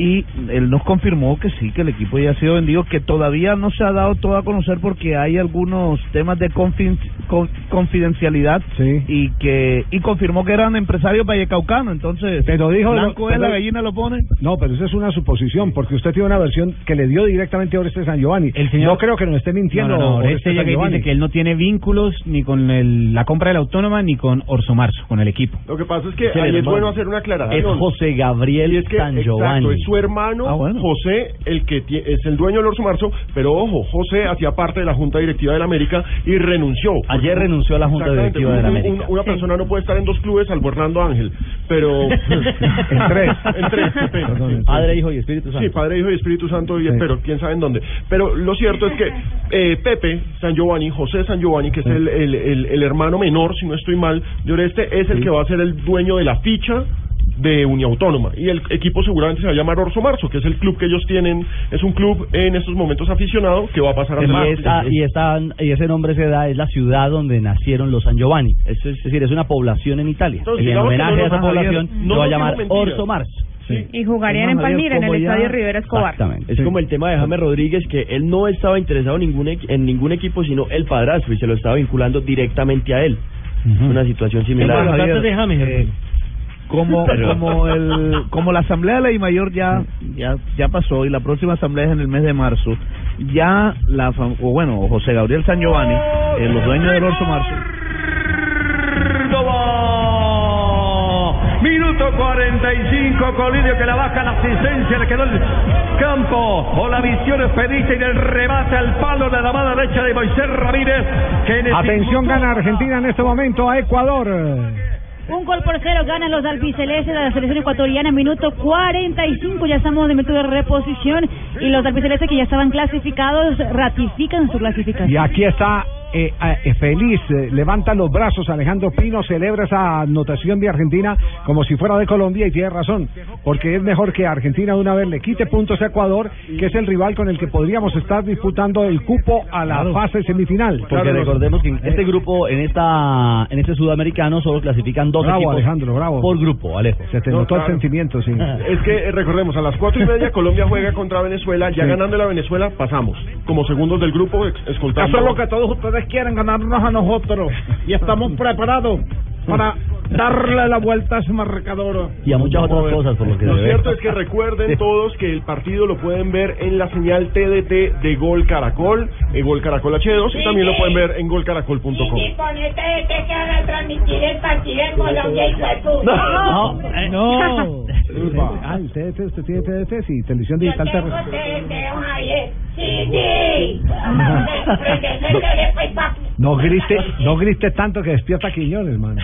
y él nos confirmó que sí, que el equipo ya ha sido vendido, que todavía no se ha dado todo a conocer porque hay algunos temas de confin- con- confidencialidad y que y confirmó que eran empresarios vallecaucanos, entonces Pero dijo blanco es pero- la gallina lo pone. No, pero esa es una suposición, porque usted tiene una versión que le dio directamente a Oreste San Giovanni. señor- No creo que nos esté mintiendo No, no, no, Oreste Oreste San llega y Giovanni. dice que él no tiene vínculos ni con el- la compra de la autónoma ni con Orso Marzo, con el equipo. Lo que pasa es que Sí, ahí es hermano. bueno hacer una aclaración. Es José Gabriel San Exacto, Giovanni. es su Ah, hermano José el que tie- es el dueño del Orso Marzo, pero ojo, José hacía parte de la Junta Directiva del América y renunció. Ayer renunció a la Junta Exactamente, Directiva del un- un- América. una persona no puede estar en dos clubes salvo Hernando Ángel, pero... en tres. en tres, qué pena. Padre, Hijo y Espíritu Santo. Sí, Padre, Hijo y Espíritu Santo, y pero quién sabe en dónde. Pero lo cierto es que eh, Pepe San Giovanni, José San Giovanni, que es el, el, el, el hermano menor, si no estoy mal, de Oreste, es el que va a ser el dueño de la ficha de Uniautónoma. Y el equipo seguramente se va a llamar Orso Marzo, que es el club que ellos tienen. Es un club en estos momentos aficionado que va a pasar a ser Y, más. ah, esta- ah, y, esta- y ese nombre se da, es la ciudad donde nacieron los San Giovanni. Es, es decir, es una población en Italia. Entonces, y en digamos que homenaje no a esa nos- Javier, población no lo va a nos llamar dijo mentiras. Orso Mars. Y jugarían en Además, Javier, Palmira, en el como ya- estadio Rivera Escobar. Exactamente. Es como el tema de James Rodríguez, que él no estaba interesado en ningún, equ- en ningún equipo, sino el padrastro, y se lo estaba vinculando directamente a él. Una situación similar. Bueno, Javier, eh, como Pero- como el como la asamblea de la I mayor ya ya ya pasó y la próxima asamblea es en el mes de marzo ya la fam- o bueno José Gabriel San Giovanni eh, los dueños del Orso Marzo Minuto 45, Colidio que la baja la asistencia, le quedó el campo o la visión expedita y del remate al palo de la mano derecha de Moisés Ramírez. Que en el Atención, gana Argentina en este momento a Ecuador. Un gol por cero ganan los albicelestes de la selección ecuatoriana, minuto 45. Ya estamos en minuto de reposición y los albicelestes que ya estaban clasificados ratifican su clasificación. Y aquí está eh, eh, feliz, eh, levanta los brazos Alejandro Pino, celebra esa anotación de Argentina como si fuera de Colombia y tiene razón, porque es mejor que Argentina de una vez le quite puntos a Ecuador, que es el rival con el que podríamos estar disputando el cupo a la fase semifinal. Porque recordemos que en Eh, este grupo, en esta, en este sudamericano, solo clasifican dos Bravo, equipos Alejandro, bravo. por grupo, Alejo. Se te No, notó claro. el sentimiento, sí. Es que eh, recordemos, a las cuatro y media Colombia juega contra Venezuela, ya Sí. ganando la Venezuela pasamos, como segundos del grupo, ex- escoltando. Eso es lo que todos ustedes quieren, ganarnos a nosotros. Y estamos preparados para darle la vuelta a ese marcador. Y a muchas otras cosas, por lo que Lo se ve. cierto es que recuerden todos que el partido lo pueden ver en la señal TDT de Gol Caracol, en Gol Caracol H2 y también lo pueden ver en golcaracol.com. Y con este gente que van a transmitir el partido en Colombia y Perú. No, no. Ah, el TDT, usted tiene TDT, sí, televisión Yo digital tengo terrestre. TDT, Javier. Sí, sí. Prendete el teléfono y pa- No grite, no grite tanto que despierta Quiñones, hermano.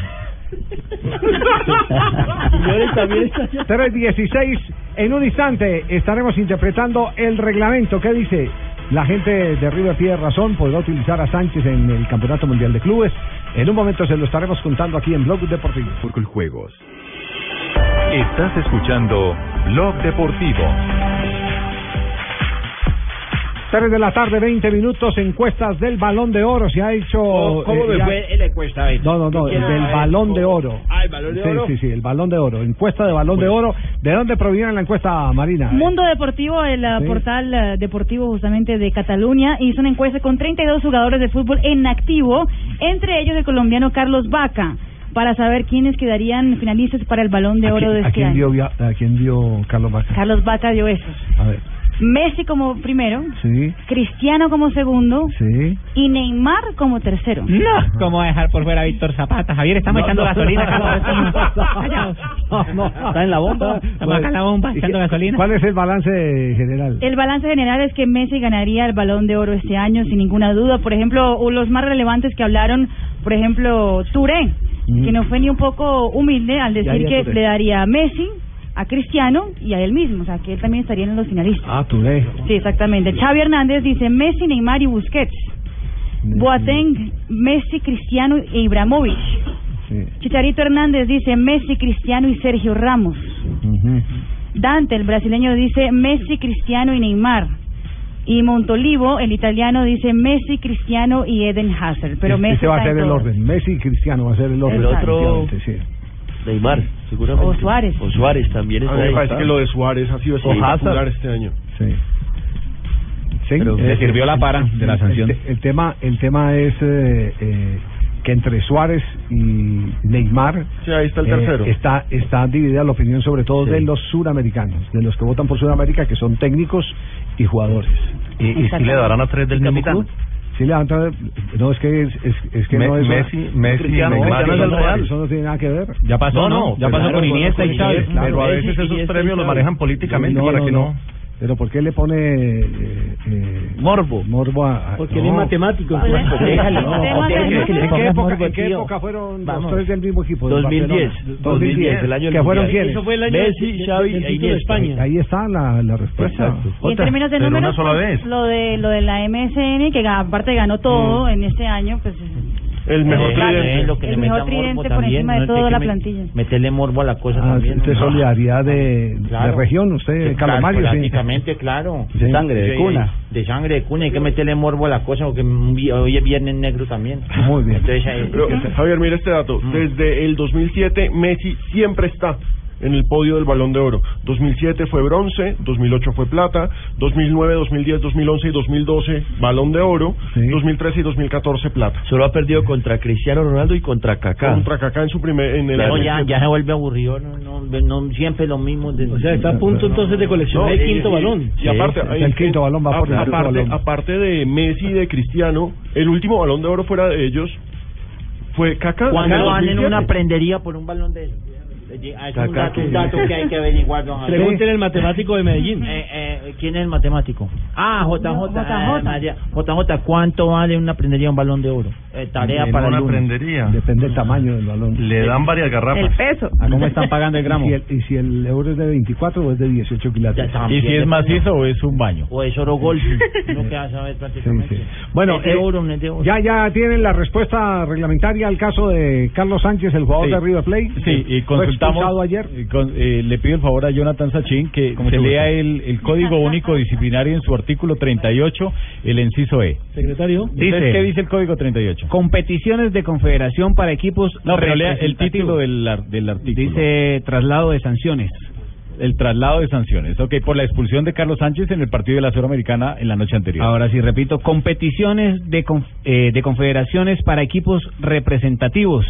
Quiñones también está- 3.16, en un instante estaremos interpretando el reglamento que dice la gente de River tiene razón, podrá utilizar a Sánchez en el Campeonato Mundial de Clubes. En un momento se lo estaremos contando aquí en Blog Deportivo. Juegos. Estás escuchando Blog Deportivo. 3 de la tarde, 20 minutos, encuestas del Balón de Oro. Se ha hecho... Oh, eh, ¿Cómo me ya- fue en la encuesta? eh? No, no, no, el Quiero del saber balón cómo- de oro. Ah, el balón de sí, oro. Sí, sí, el balón de oro. Encuesta de balón de oro. ¿De dónde proviene la encuesta, Marina? Mundo Deportivo, el eh, Sí. portal eh, deportivo justamente de Cataluña, hizo una encuesta con 32 jugadores de fútbol en activo, entre ellos el colombiano Carlos Vaca, para saber quiénes quedarían finalistas para el Balón de Oro de ¿A este quién, año. dio, via- ¿A quién dio Carlos Vaca? Carlos Vaca dio esos. A ver, Messi como primero, sí, Cristiano como segundo sí. y Neymar como tercero. No, ¿cómo va a dejar por fuera a Víctor Zapata? Javier, estamos No, echando no. gasolina acá. ¿Está en la bomba? Estamos acá en la bomba, echando gasolina. Pues, ¿Cuál es el balance general? El balance general es que Messi ganaría el balón de oro este año, sin ninguna duda. Por ejemplo, o los más relevantes que hablaron, por ejemplo, Touré, Mm. que no fue ni un poco humilde al decir haría que Touré. le daría a Messi, a Cristiano y a él mismo. O sea, que él también estaría en los finalistas. Ah, Touré. Sí, exactamente. Xavi Hernández dice Messi, Neymar y Busquets. Boateng, Messi, Cristiano e Ibrahimovic. Sí. Chicharito Hernández dice Messi, Cristiano y Sergio Ramos. Dante, el brasileño, dice Messi, Cristiano y Neymar. Y Montolivo, el italiano, dice Messi, Cristiano y Eden Hazard. Pero Ese- ese Messi Este va a está en ser el todo. orden. Messi y Cristiano va a ser el orden. El otro- definitivamente, sí. Neymar, seguramente. O Suárez. O Suárez también A está mí me ahí. parece que lo de Suárez ha sido O Hazard. espectacular este año. Sí. Sí, Eh, Pero le sirvió la para de la el sanción. te- El, tema, el tema es eh, eh, que entre Suárez y Neymar Sí, ahí está el eh, tercero. está, está dividida la opinión sobre todo Sí. de los suramericanos, de los que votan por Sudamérica, que son técnicos y jugadores. ¿Y, y si le darán a tres del mismo club? Sí, le dan tra- no es que es, es, es que Me- no es Messi- Messi, Cristiano, Cristiano Neymar, es el no, Real, no, eso no tiene nada que ver. Ya pasó, ¿no? Ya pasó con Iniesta y Xavi, pero a veces esos premios los manejan políticamente para que no- Pero ¿por qué le pone eh, eh, morbo? Morbo a, a- Porque él es no. matemático. Pues, entonces- pues, déjalo, no, Déjalo, déjalo déjalo que que le le ponga pongas época- morbo, ¿en qué tío. época fueron Vamos. los tres del mismo equipo? del 2010, Barcelona? 2010, el año del ¿Que fueron Mundial. quiénes? Eso fue el año Messi, del- del- Xavi del e título de Iniesta. España. Ahí está la, la respuesta. Y en términos de números, pues, lo de lo de la MSN, que ga- aparte ganó todo en este año, pues El mejor Eh, tridente. eh, lo que El le mejor meta morbo tridente por también, encima de no es que toda hay que la me- plantilla. Meterle morbo a la cosa Ah, también. usted es ¿no? solidaridad de, Claro. de región, usted, Claro, Calamario. sí. prácticamente, claro. Sí. Sangre de Sí, cuna. De sangre de cuna, hay que meterle morbo a la cosa, porque un vi- hoy es viernes negro también. Muy bien. Entonces, ahí- Mm. Pero, Javier, mira este dato. Desde el 2007, Messi siempre está en el podio del Balón de Oro. 2007 fue bronce, 2008 fue plata, 2009, 2010, 2011 y 2012 Balón de Oro, 2013 y 2014 plata. Solo ha perdido contra Cristiano Ronaldo y contra Kaká. Contra Kaká en su primer en el Claro, año ya, que- ya se vuelve aburrido, no, no, no, siempre lo mismo. de- O sea, está a punto entonces de coleccionar el quinto balón. Sí, Y aparte, está ahí- el quinto balón, va por el Ah, pues, aparte, quinto balón. aparte de Messi y de Cristiano, el último balón de oro fuera de ellos fue Kaká. Cuando Kaká van en 2007. una prendería por un balón de esos. Eh, ah, Es un Kaká, dato, un ¿quién? dato que hay que averiguar, Ah, don Javier. Pregúntenle al matemático de Medellín. Eh, eh, ¿Quién es el matemático? Ah, JJ. ah, María. JJ, ¿cuánto vale una prendería un balón de oro? Eh, tarea En para el una lunes. prendería. Depende del tamaño del balón. Le dan varias garrafas. El peso. ¿A cómo están pagando el gramo? Y si el, euro es de 24 o es de 18 kilates? ¿Y si es macizo o es un baño? O es oro golf. no queda saber prácticamente. Bueno, Es de eh, oro, no es de oro. Ya, ya tienen la respuesta reglamentaria al caso de Carlos Sánchez, el jugador Sí. de River Plate. Sí, y Fue expulsado consultamos. ayer. eh, con- eh, le pido el favor a Jonathan Sachin que se te gusta. lea el, el Código Único Disciplinario en su artículo 38, el inciso E. Secretario. ¿Ustedes ¿Qué dice el Código 38? Competiciones de confederación para equipos. No, pero lea el representativos. título del, ar- del artículo. Dice traslado de sanciones. El traslado de sanciones. Ok, por la expulsión de Carlos Sánchez en el partido de la Sudamericana en la noche anterior. Ahora sí, repito, competiciones de, conf- eh, de confederaciones para equipos representativos.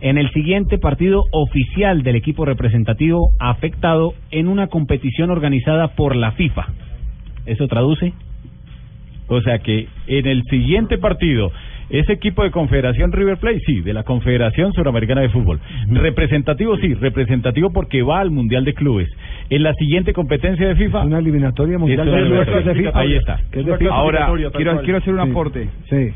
En el siguiente partido oficial del equipo representativo afectado en una competición organizada por la FIFA. ¿Eso traduce? O sea que en el siguiente partido, ese equipo de Confederación River Plate, sí, de la Confederación Suramericana de Fútbol. Representativo, sí, representativo porque va al Mundial de Clubes. En la siguiente competencia de FIFA. Una eliminatoria Es mundial una de clubes eliminatoria. que es de FIFA. Ahí está. Que es de FIFA. Ahora, quiero, quiero hacer un Sí. aporte. Sí.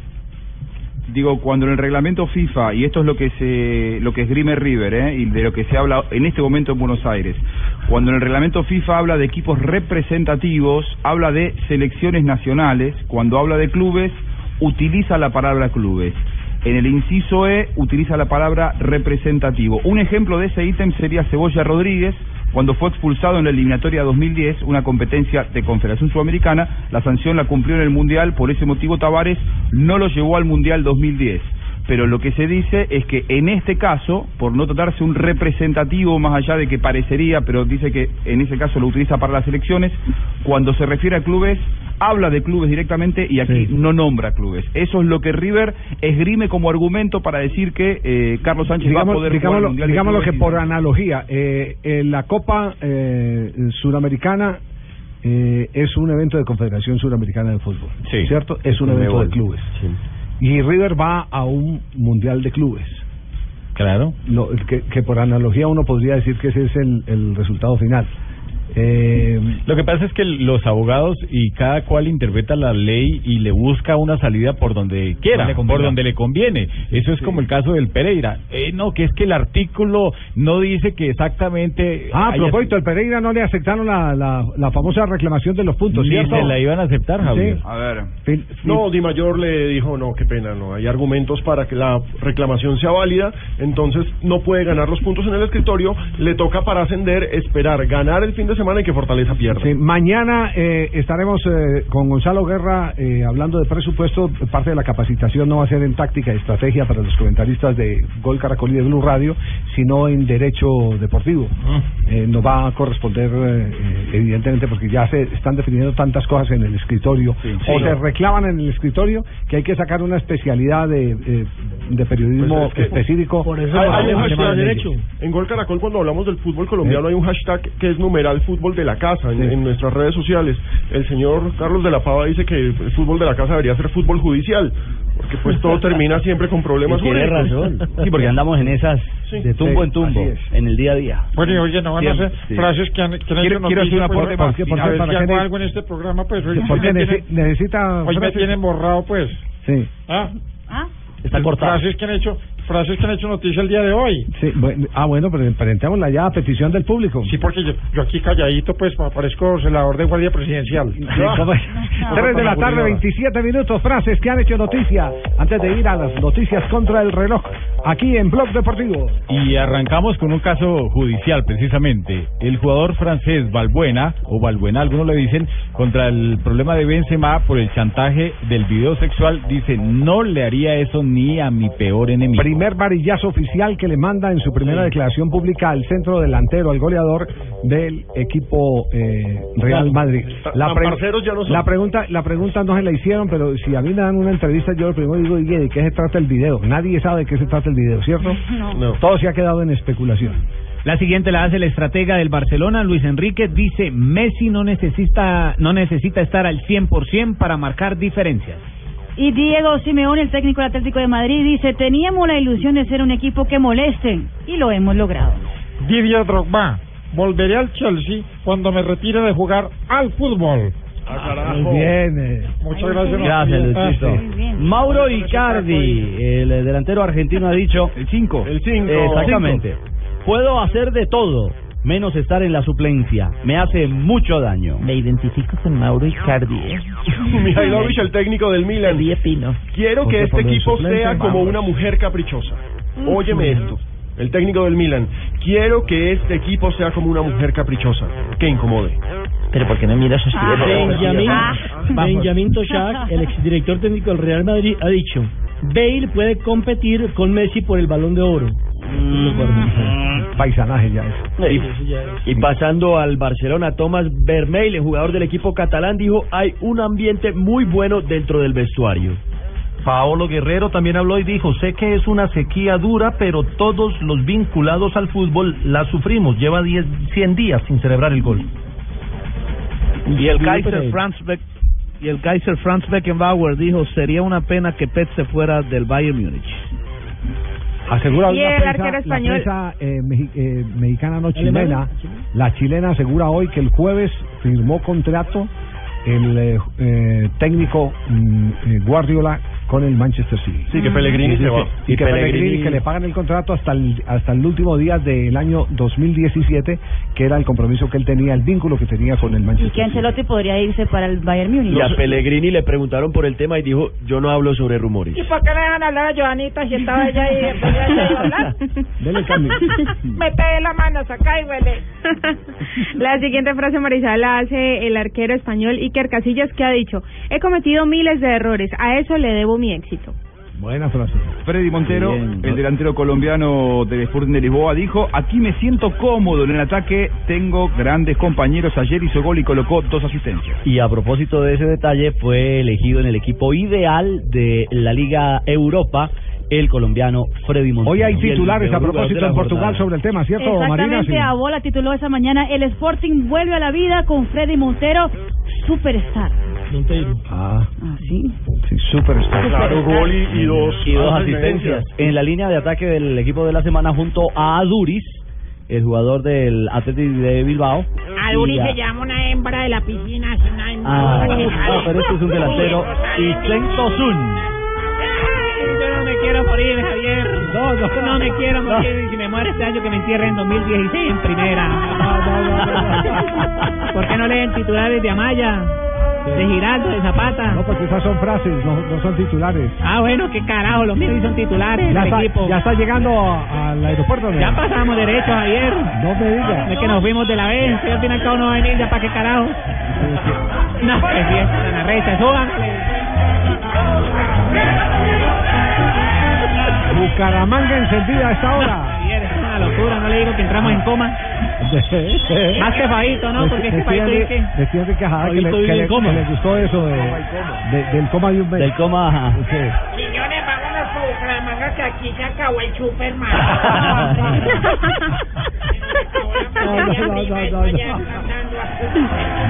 Digo, cuando en el reglamento FIFA, y esto es lo que se, lo que esgrime River, ¿eh? y de lo que se habla en este momento en Buenos Aires, cuando en el reglamento FIFA habla de equipos representativos, habla de selecciones nacionales, cuando habla de clubes, utiliza la palabra clubes. En el inciso E utiliza la palabra representativo. Un ejemplo de ese ítem sería Cebolla Rodríguez, cuando fue expulsado en la eliminatoria 2010, una competencia de Confederación Sudamericana, la sanción la cumplió en el Mundial, por ese motivo Tavares no lo llevó al Mundial 2010. Pero lo que se dice es que en este caso, por no tratarse un representativo más allá de que parecería, pero dice que en ese caso lo utiliza para las elecciones, cuando se refiere a clubes, habla de clubes directamente y aquí no nombra clubes. Eso es lo que River esgrime como argumento para decir que eh, Carlos Sánchez va a Digamos, poder digamos, jugar al lo- Mundial de digamos lo que Clubes y- por analogía, eh, eh, la Copa eh, Suramericana eh, es un evento de Confederación Suramericana de Fútbol, Sí. ¿cierto? Es un evento de clubes. Y River va a un Mundial de Clubes. Claro. Lo, que, que por analogía uno podría decir que ese es el, el resultado final. Eh, Lo que pasa es que los abogados y cada cual interpreta la ley y le busca una salida por donde quiera, Donde convenga. por donde le conviene. Eso es como el caso del Pereira. Eh, no, que es que el artículo no dice que exactamente. ah, a haya- propósito, al Pereira no le aceptaron la, la, la famosa reclamación de los puntos, Ni ¿cierto? se la iban a aceptar, Javier. Sí. A ver. Fil- No, Di Mayor le dijo, no, qué pena, no. Hay argumentos para que la reclamación sea válida, entonces no puede ganar los puntos en el escritorio, le toca para ascender, esperar, ganar el fin de semana y que Fortaleza pierda. Sí, mañana eh, estaremos eh, con Gonzalo Guerra eh, hablando de presupuesto. Parte de la capacitación no va a ser en táctica y estrategia para los comentaristas de Gol Caracol y de Blue Radio, sino en derecho deportivo. Eh, nos va a corresponder, eh, eh, evidentemente, porque ya se están definiendo tantas cosas en el escritorio o sí. se reclaman en el escritorio que hay que sacar una especialidad de, eh, de periodismo Pues es que- específico. Hay- para hay un los hashtag temas de derecho. En Gol Caracol, cuando hablamos del fútbol colombiano, Sí. hay un hashtag que es numeral fútbol de la casa en, Sí. en nuestras redes sociales. El señor Carlos de la Pava dice que el fútbol de la casa debería ser fútbol judicial, porque pues todo termina siempre con problemas Y tiene jurídicos. razón. Sí, porque andamos en esas de tumbo Sí, en tumbo, así es. en el día a día. Bueno, y oye, no van a Siempre, hacer sí. frases que han, que han Quiero- hecho quiero hacer noticia un pues, por aporte ahí. más. ¿Por A qué? ver ¿Para si qué hago ne- algo en este programa, pues hoy, ¿Por hoy qué me, nece- tienen, necesita hoy me frases? tienen borrado, pues. Sí. ¿Ah? Está cortado. Frases que han hecho, frases que han hecho noticia el día de hoy. Sí, bueno, ah, bueno, pero presentémosla ya a petición del público. Sí, porque yo, yo aquí calladito, pues, aparezco celador de guardia presidencial. ¿cómo es? 3 de la tarde, 27 minutos, frases que han hecho noticia. Antes de ir a las noticias contra el reloj, aquí en Blog Deportivo. Y arrancamos con un caso judicial, precisamente. El jugador francés Valbuena, o Valbuena, algunos le dicen, contra el problema de Benzema por el chantaje del video sexual, dice, no le haría eso ni a mi peor enemigo. primer varillazo oficial que le manda en su primera declaración pública al centro delantero, al goleador del equipo eh, Real Madrid. La, Tan parceros ya no son. la pregunta la pregunta no se la hicieron, pero si a mí me dan una entrevista, yo lo primero digo, "Oye, ¿de qué se trata el video? Nadie sabe de qué se trata el video, ¿cierto? No. Todo se ha quedado en especulación. La siguiente la hace el estratega del Barcelona, Luis Enrique, dice Messi no necesita, no necesita estar al 100% para marcar diferencias. Y Diego Simeón, el técnico del Atlético de Madrid, dice, teníamos la ilusión de ser un equipo que moleste y lo hemos logrado. Didier Drogba, volveré al Chelsea cuando me retire de jugar al fútbol. Muy bien. eh. Muchas gracias. Gracias, Ah, Luisito. Mauro Icardi, el eh, delantero argentino, ha dicho. El 5. El 5. Exactamente. Puedo hacer de todo, menos estar en la suplencia. Me hace mucho daño. Me identifico con Mauro Icardi. eh. Mihailovic, el técnico del Milan. Quiero Porque que este por el equipo suplente, sea como vamos. una mujer caprichosa. Óyeme esto. El técnico del Milan. Quiero que este equipo sea como una mujer caprichosa. Que incomode. Pero porque no miras sus Benjamin, Ah, Benjamin Toshak, el exdirector técnico del Real Madrid, ha dicho, Bale puede competir con Messi por el balón de oro. Mm, Paisanaje ya es. Y, y pasando al Barcelona, Thomas Vermeil, el jugador del equipo catalán, dijo, hay un ambiente muy bueno dentro del vestuario. Paolo Guerrero también habló y dijo, sé que es una sequía dura, pero todos los vinculados al fútbol la sufrimos. Lleva 10, 100 días sin celebrar el gol. Y el Sí, Kaiser pero- Franz Beck- y el Kaiser Franz Beckenbauer dijo, sería una pena que Pep se fuera del Bayern Múnich. Asegura Y la el prensa- arquero La español. prensa, eh, Em, mexi- eh, mexicana no chilena, ¿Alemana? la chilena asegura hoy que el jueves firmó contrato el eh, eh, técnico mm, eh, Guardiola con el Manchester City. Sí, que Pellegrini Y se dice- va. Y, Y que Pellegrini- Pellegrini que le pagan el contrato hasta el, hasta el último día del año 2017, que era el compromiso que él tenía, el vínculo que tenía con el Y Manchester que Ancelotti podría irse para el Bayern Múnich. Y a Pellegrini le preguntaron por el tema y dijo, yo no hablo sobre rumores. ¿Y por qué le dejan hablar a Joanita si estaba ella ahí? después ya se iba a hablar? Dele cambio. Mete la mano, saca y huele. La siguiente frase Marisal la hace el arquero español Iker Casillas que ha dicho, he cometido miles de errores, a eso le debo mi éxito. Buena frase. Freddy Montero, el delantero colombiano del Sporting de Lisboa, dijo, aquí me siento cómodo en el ataque, tengo grandes compañeros, ayer hizo gol y colocó dos asistencias. Y a propósito de ese detalle, fue elegido en el equipo ideal de la Liga Europa el colombiano Freddy Montero. Hoy hay Y el titulares a mejor jugador de propósito la en Portugal jornada. sobre el tema, ¿cierto, Marina? Exactamente, Sí. a bola tituló esa mañana El Sporting vuelve a la vida con Freddy Montero, superstar. Ah, sí. Sí, superstar. Claro, gol y- y dos Y dos asistencias. asistencias. En la línea de ataque del equipo de la semana junto a Aduris, el jugador del Atlético de Bilbao. A Duri Y a- se llama una hembra de la piscina. Es una hembra. Ah, que sale. pero este es un delantero. Y Chen Tosun. Yo no me quiero morir, Javier. No, no, me quiero morir. Y Si me muero este año, que me entierren en 2016 en primera. ¿Por qué no leen titulares de Amaya? De Giraldo, de Zapata. No, pues esas son frases, no, no son titulares. Ah, bueno, qué carajo, los míos sí son titulares Ya del está, equipo. ya está llegando a- al aeropuerto. ¿no? Ya pasamos derecho, Javier. No me digas. Es que nos vimos de la vez. Si al final cada uno va a venir, ya para qué carajo. No, qué fiesta tan arrecha. Súbanle. Bucaramanga encendida a esta hora. Javier, es una locura. No le digo que entramos en coma. Más que Fabito, ¿no? Porque ese Fabito dice que... Decía de Cajada que, Fabito le, vive que, en le, coma. que le gustó eso de, de- del coma de un mes. Del coma. Y yo le pago unos por Bucaramanga que aquí se acabó el chupe, hermano. No, no, no, no, no,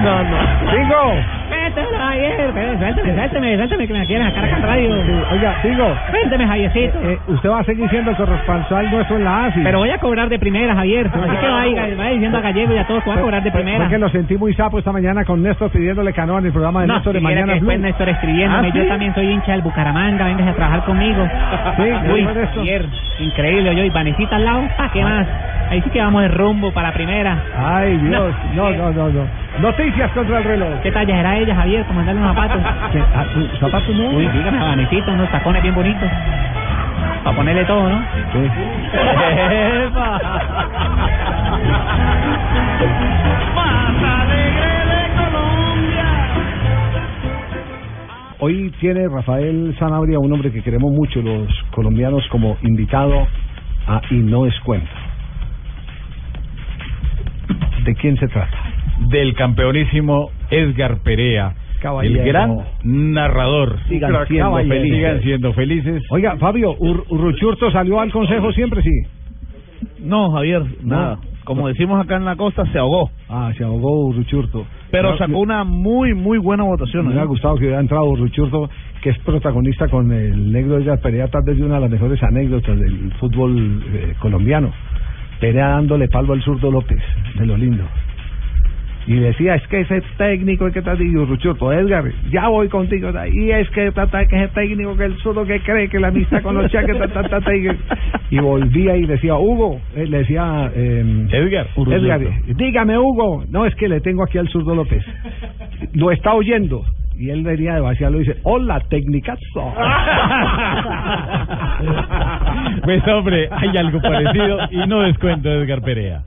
No, no. Digo. Suéltame, Javier. Suéltame, suéltame, suéltame, que me quieren sacar acá en radio. Oiga, digo. Suéltame, Javiercito. eh, usted va a seguir siendo el corresponsal nuestro en la ASI. Pero voy a cobrar de primera, Javier. Así que vaya, vaya diciendo a Gallego y a todos que voy a cobrar de primera. Porque lo sentí muy sapo esta mañana con Néstor pidiéndole canoa en el programa de No, Néstor si de quiere Mañana que Blue. después Néstor escribiéndome, ¿Ah, yo sí? también soy hincha del Bucaramanga, vengas a trabajar conmigo. Sí, Uy, después de esto. Javier, increíble, yo y Vanesita al lado, ¿pa' qué más? Ahí sí que vamos de rumbo para primera. Ah. Ay, Dios. No, no, no, no. Noticias contra el reloj. ¿Qué talla era ella, Javier, para mandarle unos zapatos? ¿Qué? Ah, ¿Zapatos no? Uy, dígame a Vanesita, unos tacones bien bonitos. Para ponerle todo, ¿no? Hoy tiene Rafael Sanabria un hombre que queremos mucho los colombianos como invitado a Y no es cuento. ¿De quién se trata? Del campeonísimo Edgar Perea. Caballero. El gran narrador. Sigan siendo Caballero. felices. Sigan siendo felices. Oiga, Fabio, Ur- Urruchurto salió al consejo siempre, sí. No, Javier, nada. Como decimos acá en la costa, se ahogó. Ah, se ahogó Urruchurto. Pero No, sacó una muy, muy buena votación. Me ¿eh? hubiera gustado que hubiera entrado Urruchurto, que es protagonista con el negro Edgar Perea, tal vez de una de las mejores anécdotas del fútbol eh, colombiano. Perea dándole palo al zurdo López, de lo lindo. Y decía, es que ese técnico es que está y Urruchurto, Edgar, ya voy contigo. ta, Y es que ta, ta, que ese técnico que el zurdo que cree que la amistad con los chacas, ta, ta, ta, ta, y, y volvía y decía, Hugo, eh, le decía... eh, Edgar. Edgar, dígame Hugo, no es que le tengo aquí al zurdo López. Lo está oyendo. Y él venía de vaciarlo y dice, hola, tecnicazo. Pues hombre, hay algo parecido y no descuento Edgar Perea.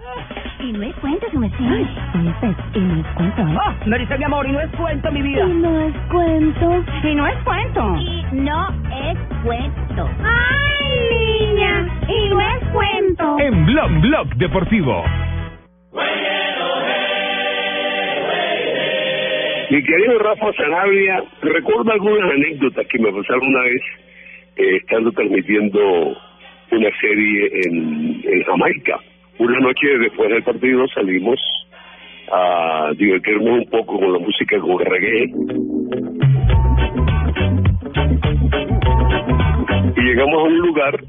Y no es cuento, su merced. Y no es cuento. no Ah, dice mi amor, y no es cuento, mi vida. Y no es cuento. Y no es cuento. Y no es cuento. ¡Ay, niña! Y no es cuento. En Blog Blog Deportivo. Mi querido Rafa Sarabia, recuerdo algunas anécdotas que me pasaron una vez eh, estando transmitiendo una serie en, en Jamaica. Una noche después del partido salimos a divertirnos un poco con la música con reggae. Y llegamos a un lugar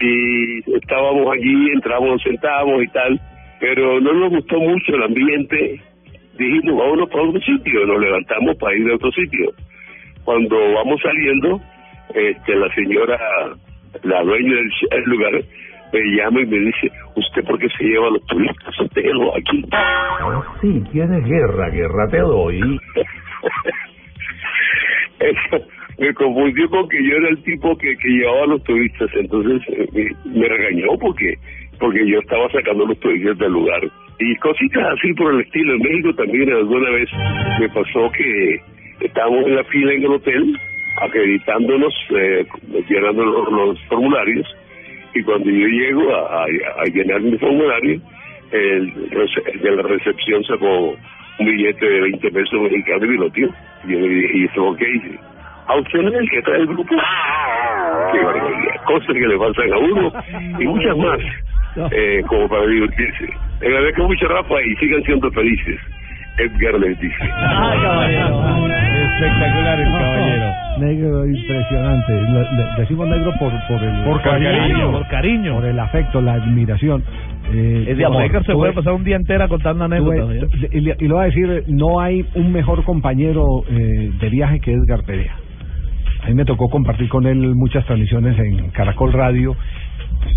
y estábamos allí, entramos, nos sentábamos y tal, pero no nos gustó mucho el ambiente dijimos vámonos para otro sitio, nos levantamos para ir a otro sitio. Cuando vamos saliendo, este, la señora, la dueña del ch- el lugar, me llama y me dice, ¿usted por qué se lleva a los turistas hotelo aquí? Sí, tienes guerra, guerra te doy. Eso me confundió con que yo era el tipo que, que llevaba a los turistas, entonces eh, me, me regañó porque porque yo estaba sacando a los turistas del lugar. Y cositas así por el estilo. En México también alguna vez me pasó que estábamos en la fila en el hotel, acreditándonos, eh, llenando los, los formularios, y cuando yo llego a, a- a llenar mi formulario, el, rece- el de la recepción sacó un billete de 20 pesos mexicano y me lo dio. Y yo le dije, ¿y esto qué hice? ¿A usted no es el que trae el grupo? Qué barbaridad. Cosas que le pasan a uno y muchas más eh, como para divertirse. Le agradezco mucho, Rafa, y sigan siendo felices. Edgar les dice. Espectacular el caballero. Negro impresionante. Lo- le- decimos negro por, por el Por cariño. por cariño. Por el afecto, la admiración. Eh, Es de amor. tuve- Edgar se puede pasar un día entero contando tuve- anécdotas. ¿eh? y, le- y lo voy a decir, no hay un mejor compañero eh, de viaje que Edgar Perea. A mí me tocó compartir con él muchas transmisiones en Caracol Radio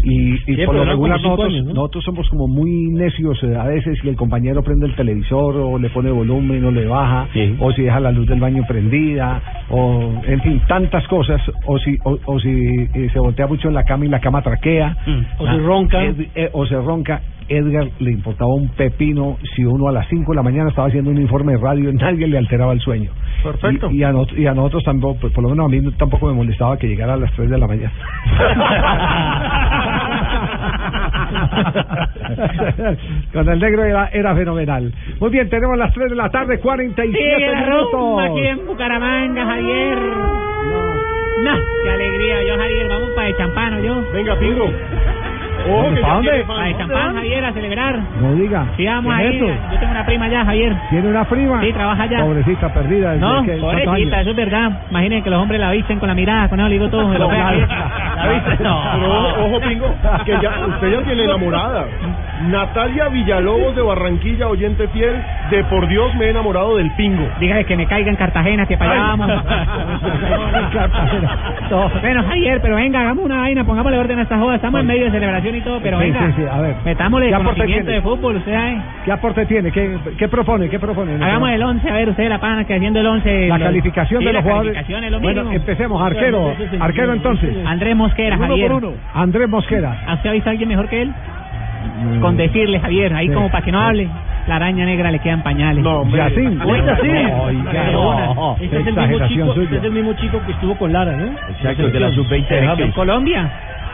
y, y Sí, por lo pero eran como regular cinco nosotros, años, ¿no? nosotros somos como muy necios eh, a veces y el compañero prende el televisor o le pone volumen o le baja o si deja la luz del baño prendida o en fin tantas cosas o si o, o si eh, se voltea mucho en la cama y la cama traquea O si ronca. Ed- eh, o se ronca Edgar le importaba un pepino si uno a las 5 de la mañana estaba haciendo un informe de radio nadie le alteraba el sueño Perfecto. y, y a, nos- y a nosotros tampoco pues, por lo menos a mí no- tampoco me molestaba que llegara a las 3 de la mañana Con el negro era, era fenomenal. Muy bien, tenemos las 3 de la tarde, 47 Sigue la rumba aquí minutos. en Bucaramanga, Javier. No, qué alegría. Yo, Javier, vamos para el champano, yo. Venga, pido. Ojo, Oh, que ¿Para ya dónde? tiene pan. Para el champán, Javier, a celebrar. No diga. Sí, vamos ¿qué a es ir. eso? Yo tengo una prima allá, Javier. ¿Tiene una prima? Sí, trabaja allá. Pobrecita perdida. ¿desde No, qué- cuántos pobrecita, años? eso es verdad. Imaginen que los hombres la visten con la mirada, con eso le digo todo. me lo No, pega, claro. Javier. ¿La viste? No. Pero, ojo, Pingo, que ya, usted ya tiene enamorada. Natalia Villalobos de Barranquilla, oyente fiel, de por Dios me he enamorado del Pingo. Dígale que me caiga en Cartagena, que para allá vamos. Bueno, Javier, pero venga, hagamos una vaina, pongámosle orden a esta joda. Estamos en medio de celebración y todo, pero Sí, venga. sí, sí, a ver. Metámosle ¿Qué aporte conocimiento tiene? de fútbol, usted ¿eh? sabe. ¿Qué aporte tiene? ¿Qué, qué propone? ¿Qué propone? Hagamos el 11, a ver, usted la pana que haciendo el 11. La calificación de los jugadores. Bueno, Bueno, empecemos. Arquero, arquero entonces. Andrés Mosquera, Uno por Javier. uno. Andrés Mosquera. Mm. ¿Has visto a alguien mejor que él? Con decirle, Javier, ahí Sí. como para que no hable. La araña negra le quedan pañales. No, hombre. Yacín. Oye, Yacín. Ay, ya. Perdona, este es el mismo Exageración chico, suya. este es el mismo chico que estuvo con Lara, ¿no? Exacto, el de la sub-veinte de Selección James. Colombia.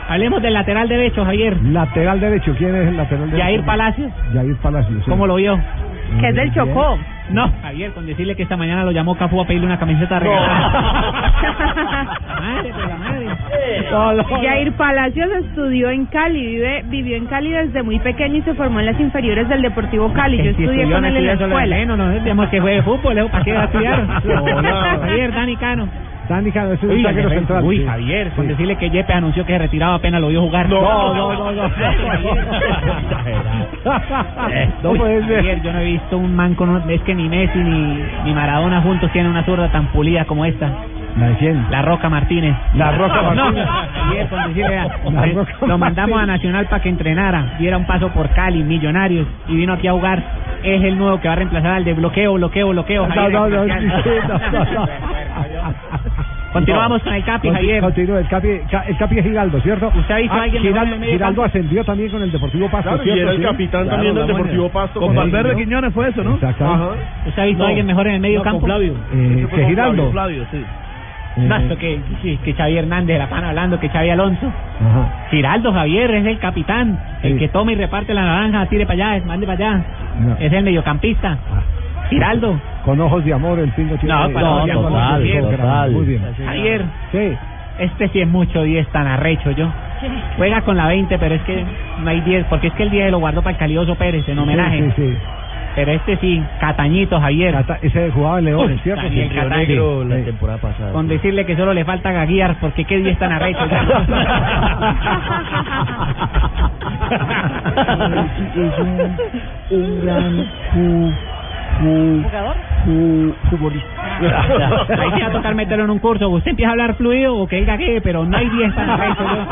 Hablemos del lateral derecho, Javier. Lateral derecho, ¿quién es el lateral derecho? Jair Palacios. Jair Palacios. sí. ¿Cómo lo vio? Que es del Chocó. No, Javier, con decirle que esta mañana lo llamó Cafu a pedirle una camiseta regalada. Madre de la madre. Jair Palacios estudió en Cali, vive, vivió en Cali desde muy pequeño y se formó en las inferiores del Deportivo Cali. Yo Si estudié estudió, con no él en la estudió solo escuela. Belén, No, no, digamos que fue de fútbol, ¿eh? ¿para qué va a estudiar? Hola. Javier, Dani Cano. Dani Cano es un Uy, zaguero Javier, central. uy, sí. Javier, con decirle que Yepe anunció que se retiraba apenas lo vio jugar. No, no, no, no, no. Eh, No uy, puede ser. Javier, yo no he visto un man con un- es que ni Messi ni, ni Maradona juntos tienen una zurda tan pulida como esta. ¿La de quién? La Roca Martínez. La Roca No, Martínez. Javier, con decirle, vea, La eh, Roca lo Martínez. mandamos a Nacional para que entrenara, diera un paso por Cali, Millonarios, y vino aquí a jugar. Es el nuevo que va a reemplazar al de bloqueo, bloqueo, bloqueo. No, Javier, no, no, especial. sí, no, no, no. Continuamos con el Capi, Conti- Javier. Continúa, el Capi, ca- el Capi es Giraldo, ¿cierto? Ah, ¿Usted ha visto a alguien mejor en Giraldo, el medio Giraldo ascendió también con el Deportivo Pasto, Claro, y ¿cierto? era el Sí. capitán Claro, también del Ramón. Deportivo Pasto, Sí, con Valverde ¿no? Quiñones fue eso, ¿no? Exactamente. ¿Usted ha visto a No. alguien mejor en el medio No, con campo? Flavio. Eh, que Giraldo. Flavio, sí. No, esto Eh, que, que, que Xavi Hernández, la pan hablando, que Xavi Alonso. Ajá. Giraldo Javier es el capitán, el que toma y reparte la naranja, tire para allá, mande para allá. No. Es el mediocampista. Giraldo. Con ojos de amor, el pingo tiene. No, para ojos de amor, total, Javier. total. Muy bien. Javier. Sí. Este sí es mucho 10 tan arrecho yo. Juega con la 20, pero es que no hay 10, porque es que el 10 lo guardo para el Calioso Pérez en homenaje. Sí, sí, sí. Pero este sí, Catañito Javier. Cata- ese jugaba en Leones, Uy, ¿cierto? Daniel Sí. Cataño. Negro, Sí. temporada pasada. Con decirle que solo le falta gaguear, porque qué 10 tan arrecho. un gran ¿Jugador? futbolista. Ahí te va a tocar meterlo en un curso. Usted empieza a hablar fluido o que diga que, pero no hay 10 tan arrecho yo.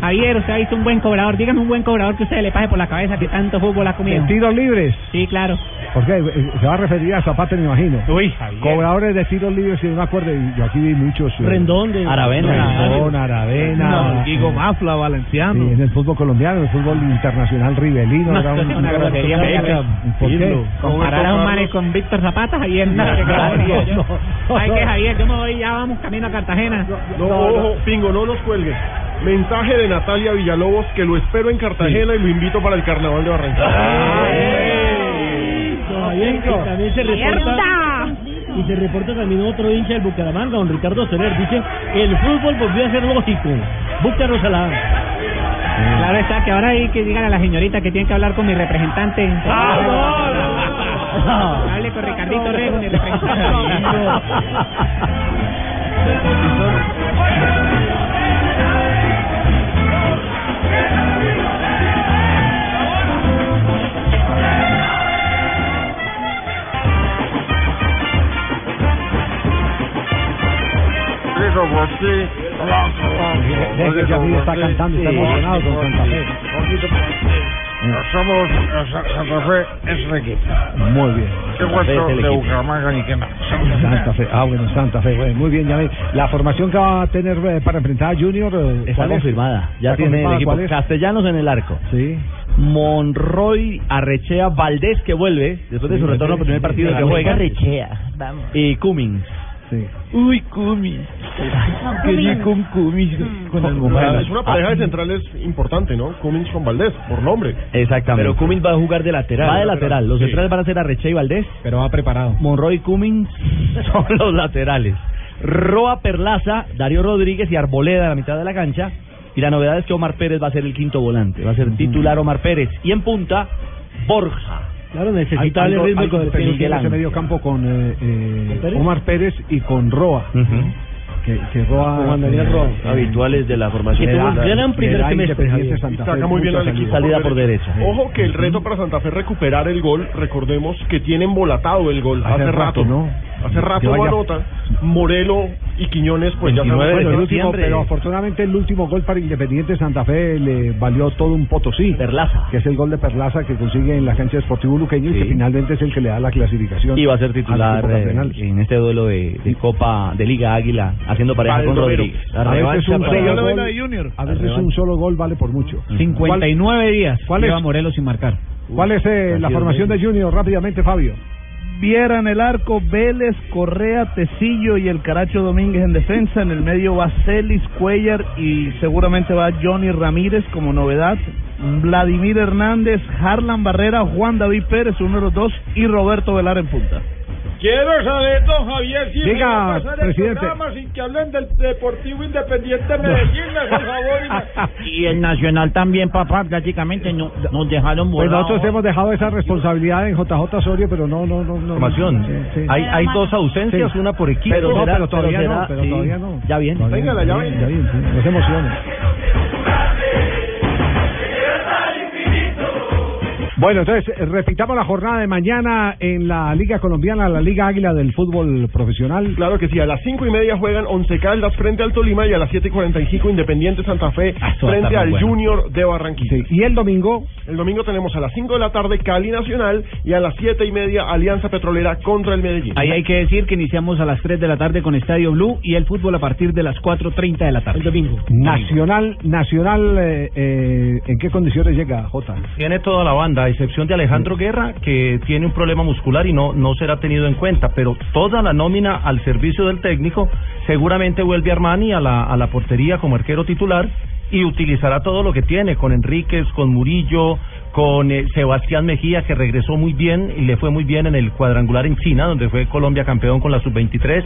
Javier, usted ha visto un buen cobrador. Dígame un buen cobrador que usted le pase por la cabeza que tanto fútbol ha comido. En tiros libres. Sí, claro. Porque eh, se va a referir a Zapata, me imagino. Uy, Javier. Cobradores de tiros libres, si no me acuerdo, y yo aquí vi muchos. eh, Rendón de- Rendón, Aravena. No, Guigo eh, Mafla, sí, Valenciano. en el fútbol colombiano, en el fútbol internacional ribelino. No, era un- una grosería, ¿Por qué? Pirlo. Comparar a un manes con Víctor Zapata, Javier. No, No, que no, yo. no, Ay, no. que Javier, yo me voy, ya vamos camino a Cartagena. No, ojo, Pingo, no nos cuelgues. Mensaje de Natalia Villalobos que lo espero en Cartagena y lo invito para el Carnaval de Ah, Ah, eh. Barranquilla. Javier, y también se reporta y se reporta también otro hincha del Bucaramanga, don Ricardo Soler, dice el fútbol volvió a ser lógico. Búscanos a la Claro está, que ahora hay que digan a la señorita que tienen que hablar con mi representante. Hable con Ricardito Rego, mi representante. Deje que así está cantando, está emocionado con Santa Fe. Somos eh, Sa- Santa Fe, es un equipo. Muy bien. Qué Santa gusto Fe es el de equipo. Bucaramanga ni que nada. Santa Fe, ah bueno, Santa Fe, bueno, muy bien, ya ve. La formación que va a tener eh, para enfrentar a Junior eh, Está ¿cuál es? confirmada. Ya ¿Está tiene el confirmada? equipo. ¿Cuál es? Castellanos en el arco. Sí. Monroy Arrechea Valdés que vuelve después de su retorno al primer partido que juega. Arrechea. Vamos. Y Cummings. Sí. Uy, Cummings. Qué bien con Cummings. Con el Momento. Ah, es una pareja Ah. de centrales importante, ¿no? Cummings con Valdés, por nombre. Exactamente. Pero Cummings va a jugar de lateral. Va de lateral. Los Sí. centrales van a ser Arrechea y Valdés. Pero va preparado. Monroy Cummings son los laterales. Roa Perlaza, Darío Rodríguez y Arboleda en la mitad de la cancha. Y la novedad es que Omar Pérez va a ser el quinto volante. Va a ser titular Omar Pérez. Y en punta, Borja. Claro, necesitaba el Algo- ritmo algo con el permitió Miguel ese Ángel. medio campo con eh, eh, ¿Con Pérez? Omar Pérez y con Roa. Que, que Roa. Juan Daniel eh, Roa. eh, Habituales de la formación. le Que tuvo da- un gran le primer da semestre, Independiente Javier. Santa Y Fe, saca muy bien mucha al salida. equipo. Salida por derecha. Ojo que el reto para Santa Fe es recuperar el gol. Recordemos que tienen volatado el gol hace, Hace rato. rato, ¿no? Hace Que rato no vaya- anota. Morelo y Quiñones, pues ya Bueno, el sabemos. último, pero afortunadamente el último gol para Independiente Santa Fe le valió todo un potosí. Perlaza. Que es el gol de Perlaza que consigue en la cancha de Sportivo Luqueño y que finalmente es el que le da la clasificación. Y va a ser al titular equipo eh, cardenal. en este duelo de, de Copa de Liga Águila a haciendo pareja Padre con Romero. Rodríguez. A veces un para- solo gol- a veces un solo gol vale por mucho. 59 días ¿Cuál es? lleva Morelos sin marcar. ¿Cuál es eh, la Así es, formación de Junior rápidamente, Fabio? Viera en el arco, Vélez, Correa, Tecillo y el Caracho Domínguez en defensa. En el medio va Celis, Cuellar y seguramente va Johnny Ramírez como novedad. Vladimir Hernández, Harlan Barrera, Juan David Pérez, uno de los dos, y Roberto Velar en punta. Quiero saber, don Javier, si Diga, voy a pasar presidente. el programa sin que hablen del Deportivo Independiente de Medellín, me hace el favor. y Ah. me- Y el Nacional también, papá, prácticamente no, nos dejaron Pues borrados. nosotros hemos dejado esa responsabilidad en JJ Osorio, pero no, no, no. no Formación. Sí, sí. Hay, hay dos ausencias, Sí. una por equipo. Pero, no, será- pero todavía será- no, pero sí. todavía no. Ya viene. Todavía Venga, no, la ya llave. viene, ya viene, sí. Nos emociones. Bueno, entonces eh, repitamos la jornada de mañana en la Liga Colombiana, la Liga Águila del fútbol profesional. Claro que sí, a las cinco y media juegan Once Caldas frente al Tolima y a las 7 y 45 Independiente Santa Fe Ah, va a frente estar muy al bueno. Junior de Barranquilla. ¿Y el domingo? El domingo tenemos a las 5 de la tarde Cali Nacional y a las siete y media Alianza Petrolera contra el Medellín. Ahí hay que decir que iniciamos a las 3 de la tarde con Estadio Blue y el fútbol a partir de las 4.30 de la tarde. El domingo. Nacional, Nacional, eh, eh, ¿en qué condiciones llega Jota? Tiene toda la banda, a excepción de Mm. Alejandro Guerra, que tiene un problema muscular y no, no será tenido en cuenta, pero toda la nómina al servicio del técnico, seguramente vuelve Armani a la, a la portería como arquero titular y utilizará todo lo que tiene, con Enríquez, con Murillo, con eh, Sebastián Mejía, que regresó muy bien y le fue muy bien en el cuadrangular en China, donde fue Colombia campeón con la sub-23,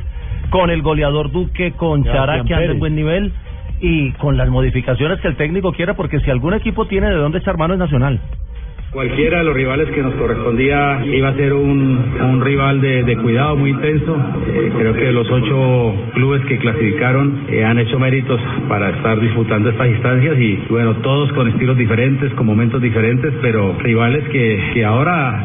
con el goleador Duque, con Sebastián Chará, que anda en Pérez. buen nivel. Y con las modificaciones que el técnico quiera, porque si algún equipo tiene de dónde echar mano es Nacional. Cualquiera de los rivales que nos correspondía iba a ser un, un rival de, de cuidado muy intenso. Eh, creo que los ocho clubes que clasificaron eh, han hecho méritos para estar disputando estas instancias y bueno, todos con estilos diferentes, con momentos diferentes, pero rivales que, que ahora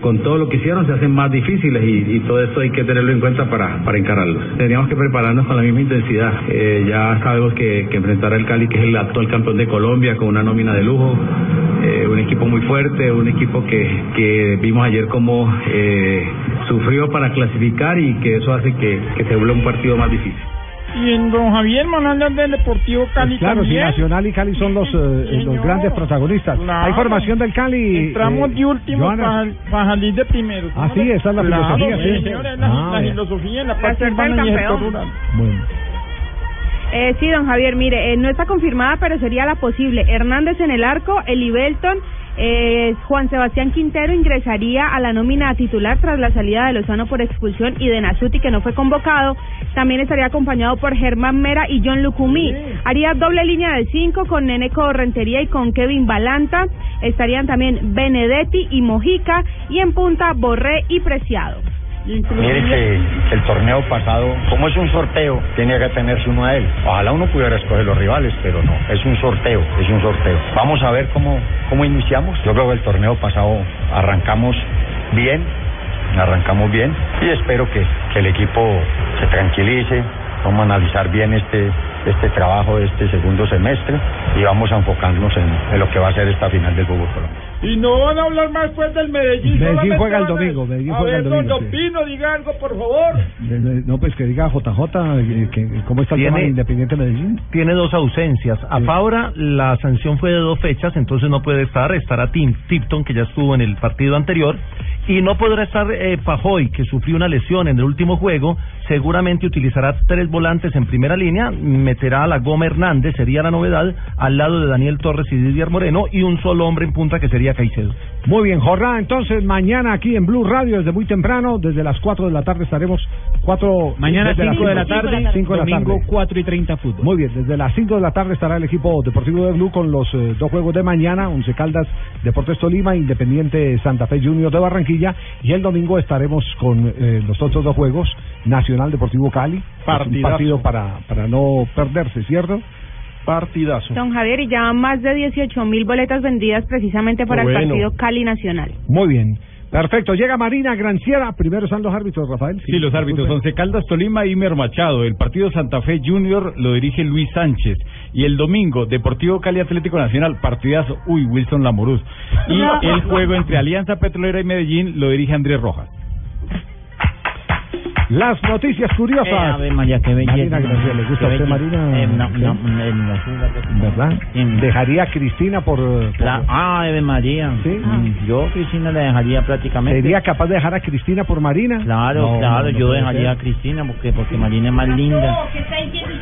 con todo lo que hicieron se hacen más difíciles y, y todo esto hay que tenerlo en cuenta para, para encararlos. Teníamos que prepararnos con la misma intensidad. Eh, ya sabemos que, que enfrentar al Cali, que es el actual campeón de Colombia, con una nómina de lujo, eh, un equipo muy fuerte, un equipo que, que vimos ayer como eh, sufrió para clasificar y que eso hace que, que se vuelva un partido más difícil. Y en don Javier Manalas del Deportivo Cali Pues Claro, si también. Nacional y Cali son los, eh, los grandes protagonistas. Claro. Hay formación del Cali. Entramos eh, de último Johanna. para, para salir de primero. Ah, sí, esa es la Claro, filosofía, sí. señor, es la, Ah, la bien. filosofía en la La parte suerte del urbana y el campeón. rural. Bueno. Eh, sí, don Javier, mire, eh, no está confirmada, pero sería la posible. Hernández en el arco, Eli Belton, eh, Juan Sebastián Quintero ingresaría a la nómina titular tras la salida de Lozano por expulsión y de Nasuti, que no fue convocado. También estaría acompañado por Germán Mera y John Lucumí. Haría doble línea de cinco con Neneco Rentería y con Kevin Balanta. Estarían también Benedetti y Mojica. Y en punta, Borré y Preciado. Mire que el torneo pasado, como es un sorteo, tenía que tenerse uno a él. Ojalá uno pudiera escoger los rivales, pero no. Es un sorteo, es un sorteo. Vamos a ver cómo, cómo iniciamos. Yo creo que el torneo pasado arrancamos bien, arrancamos bien y espero que, que el equipo se tranquilice. Vamos a analizar bien este, este trabajo de este segundo semestre y vamos a enfocarnos en, en lo que va a ser esta final del Fútbol Colombia. Y no van a hablar más pues del Medellín. Medellín solamente juega el van a- domingo, Medellín a juega ver, el don domingo, sí. Pino, diga algo, por favor. Eh, eh, No, pues que diga JJ, eh, que, ¿cómo está el Tiene- tema de Independiente Medellín? tiene dos ausencias. A Fabra la sanción fue de dos fechas, entonces no puede estar. Estará Tim Tipton, que ya estuvo en el partido anterior. Y no podrá estar eh, Pajoy, que sufrió una lesión en el último juego. Seguramente utilizará tres volantes en primera línea. Meterá a la Goma Hernández, sería la novedad, al lado de Daniel Torres y Didier Moreno. Y un solo hombre en punta, que sería Caicedo. Muy bien, jornada entonces mañana aquí en Blue Radio desde muy temprano, desde las 4 de la tarde estaremos 4 Mañana 5 de la tarde, 5 de la domingo tarde. 4 y 30 fútbol. Muy bien, desde las 5 de la tarde estará el equipo deportivo de Blue con los eh, dos juegos de mañana, Once Caldas, Deportes Tolima, Independiente Santa Fe Junior de Barranquilla y el domingo estaremos con eh, los otros dos juegos, Nacional Deportivo Cali, que es un Partidazo. partido para, para no perderse, ¿cierto? Partidazo. Don Javier, y ya van más de 18 mil boletas vendidas precisamente para el Bueno. partido Cali Nacional. Muy bien. Perfecto, llega Marina Granciera, primero están los árbitros, Rafael. Sí, los árbitros. disculpe. Once Caldas, Tolima, Imer Machado. El partido Santa Fe Junior lo dirige Luis Sánchez. Y el domingo, Deportivo Cali Atlético Nacional, partidazo. Uy, Wilson Lamoruz. Y No. el juego entre Alianza Petrolera y Medellín lo dirige Andrés Rojas. Las noticias curiosas. Eh, Ave María, qué belleza. Marina Graciela, ¿le gusta a Qué usted, belleza. Marina? Eh, no, ¿Sí? no, no, hermosura. ¿Verdad? Dejaría a Cristina por... eh, por- La, ah, Ave María. Mm, Yo Cristina la dejaría prácticamente. ¿Sería capaz de dejar a Cristina por Marina? Claro, No, claro, no, no yo puede dejaría a ser. Cristina porque, porque Marina es más linda.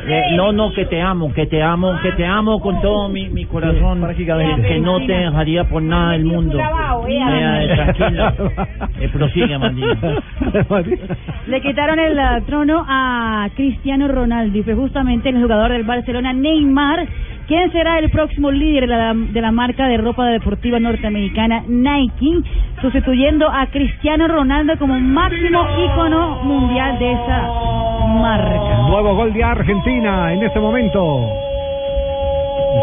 Eh, no, no, que te amo, que te amo, que te amo con todo mi, mi corazón. Que no te dejaría por nada del mundo. Lavado, eh, Eh, Ana. tranquila. Eh, prosigue, Marina. Le quitaron el ah, trono a Cristiano Ronaldo y fue justamente el jugador del Barcelona, Neymar, quien será el próximo líder de la, de la marca de ropa deportiva norteamericana Nike, sustituyendo a Cristiano Ronaldo como máximo ícono mundial de esa marca. Nuevo gol de Argentina en este momento.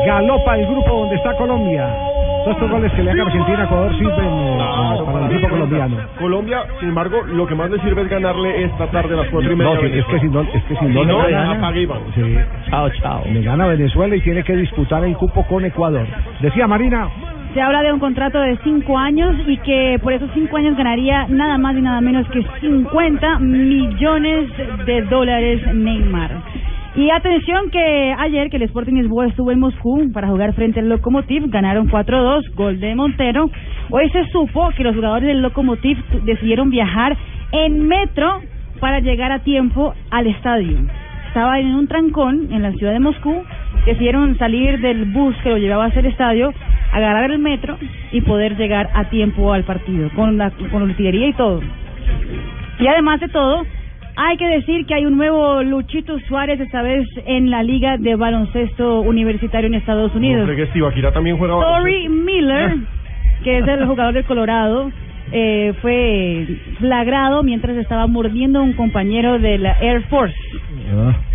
Galopa el grupo donde está Colombia. Todos estos goles que le haga Argentina a Ecuador sirven eh, para el equipo colombiano. Colombia, sin embargo, lo que más le sirve es ganarle esta tarde a las cuatro y media. No, a que- es que Venezuela. si no, es que si no, le Si no, gana- apaga y vámonos. Sí. Le gana Venezuela y tiene que disputar el cupo con Ecuador. Decía Marina, Se habla de un contrato de cinco años y que por esos cinco años ganaría nada más y nada menos que 50 millones de dólares Neymar. Y atención que ayer que el Sporting Lisboa estuvo en Moscú para jugar frente al Lokomotiv, ganaron 4-2, gol de Montero. Hoy se supo que los jugadores del Lokomotiv tu- decidieron viajar en metro para llegar a tiempo al estadio. Estaba en un trancón en la ciudad de Moscú, decidieron salir del bus que lo llevaba hacia el estadio, agarrar el metro y poder llegar a tiempo al partido, con la, con la artillería y todo. Y además de todo, hay que decir que hay un nuevo Luchito Suárez, esta vez en la Liga de Baloncesto Universitario en Estados No, Unidos. creo que Tibaquirá también juega Tory Miller, Ah. que es el jugador del Colorado, eh, fue flagrado mientras estaba mordiendo a un compañero de la Air Force,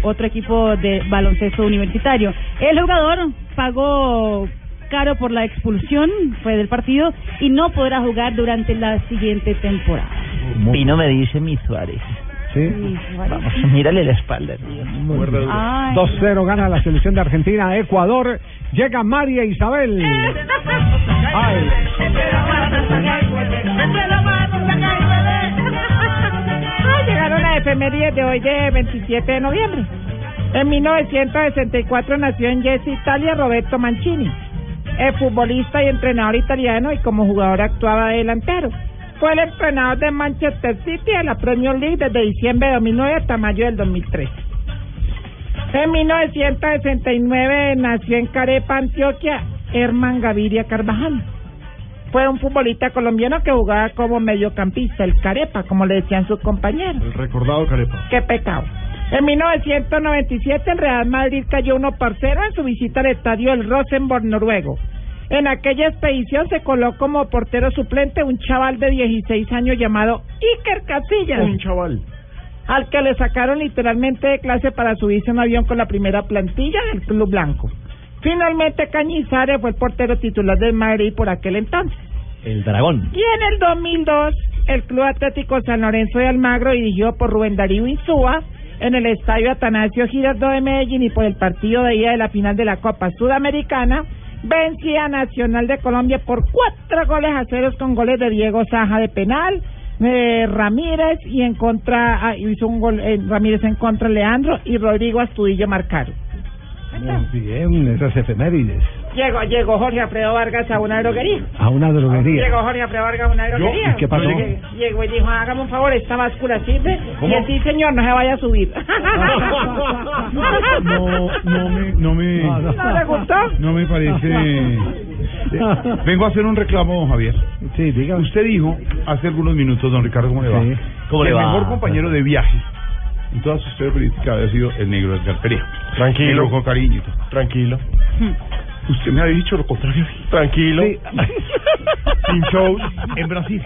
otro equipo de baloncesto universitario. El jugador pagó caro por la expulsión, fue del partido, y no podrá jugar durante la siguiente temporada. Pino me dice mi Suárez. Sí. Vamos, mírale la espalda. Ay. 2-0 gana la selección de Argentina a Ecuador. Llega María Isabel. Ay. Ay, llegaron las efemérides de hoy de 27 de noviembre. En 1964 nació en Jesse, Italia, Roberto Mancini. Es futbolista y entrenador italiano y como jugador actuaba de delantero. Fue el entrenador de Manchester City de la Premier League desde diciembre de 2009 hasta mayo del 2003. En 1969 nació en Carepa, Antioquia, Herman Gaviria Carvajal. Fue un futbolista colombiano que jugaba como mediocampista, el Carepa, como le decían sus compañeros. El recordado Carepa. Qué pecado. En 1997 el Real Madrid cayó 1 por 0 en su visita al estadio el Rosenborg noruego. En aquella expedición se coló como portero suplente un chaval de 16 años llamado Iker Casillas. Un chaval. Al que le sacaron literalmente de clase para subirse a un avión con la primera plantilla del Club Blanco. Finalmente Cañizares fue el portero titular del Madrid por aquel entonces. El dragón. Y en el 2002, el Club Atlético San Lorenzo de Almagro, dirigido por Rubén Darío Insúa, en el Estadio Atanasio Girardot de Medellín y por el partido de ida de la final de la Copa Sudamericana, vencía a Nacional de Colombia por cuatro goles a ceros con goles de Diego Saja de penal, eh, Ramírez y en contra ah, hizo un gol eh, Ramírez en contra Leandro y Rodrigo Astudillo marcaron. Muy bien, esas efemérides. Llegó, llegó Jorge Alfredo Vargas a una droguería. A una droguería. Llegó Jorge Alfredo Vargas a una droguería. ¿Y qué pasó? Llegó y dijo, hágame un favor, esta báscula sirve. ¿Cómo? Y él, sí, señor, no se vaya a subir. No, no me, no me. ¿No le gustó? No me parece. Vengo a hacer un reclamo, don Javier. Sí, diga. Usted dijo hace algunos minutos, don Ricardo, ¿cómo le va? ¿Cómo que le el va? mejor compañero de viaje en todas sus políticas había sido el negro Edgar Perea. Tranquilo. Negro con cariño. Tranquilo. Usted me ha dicho lo contrario. Tranquilo. Sin show en Brasil.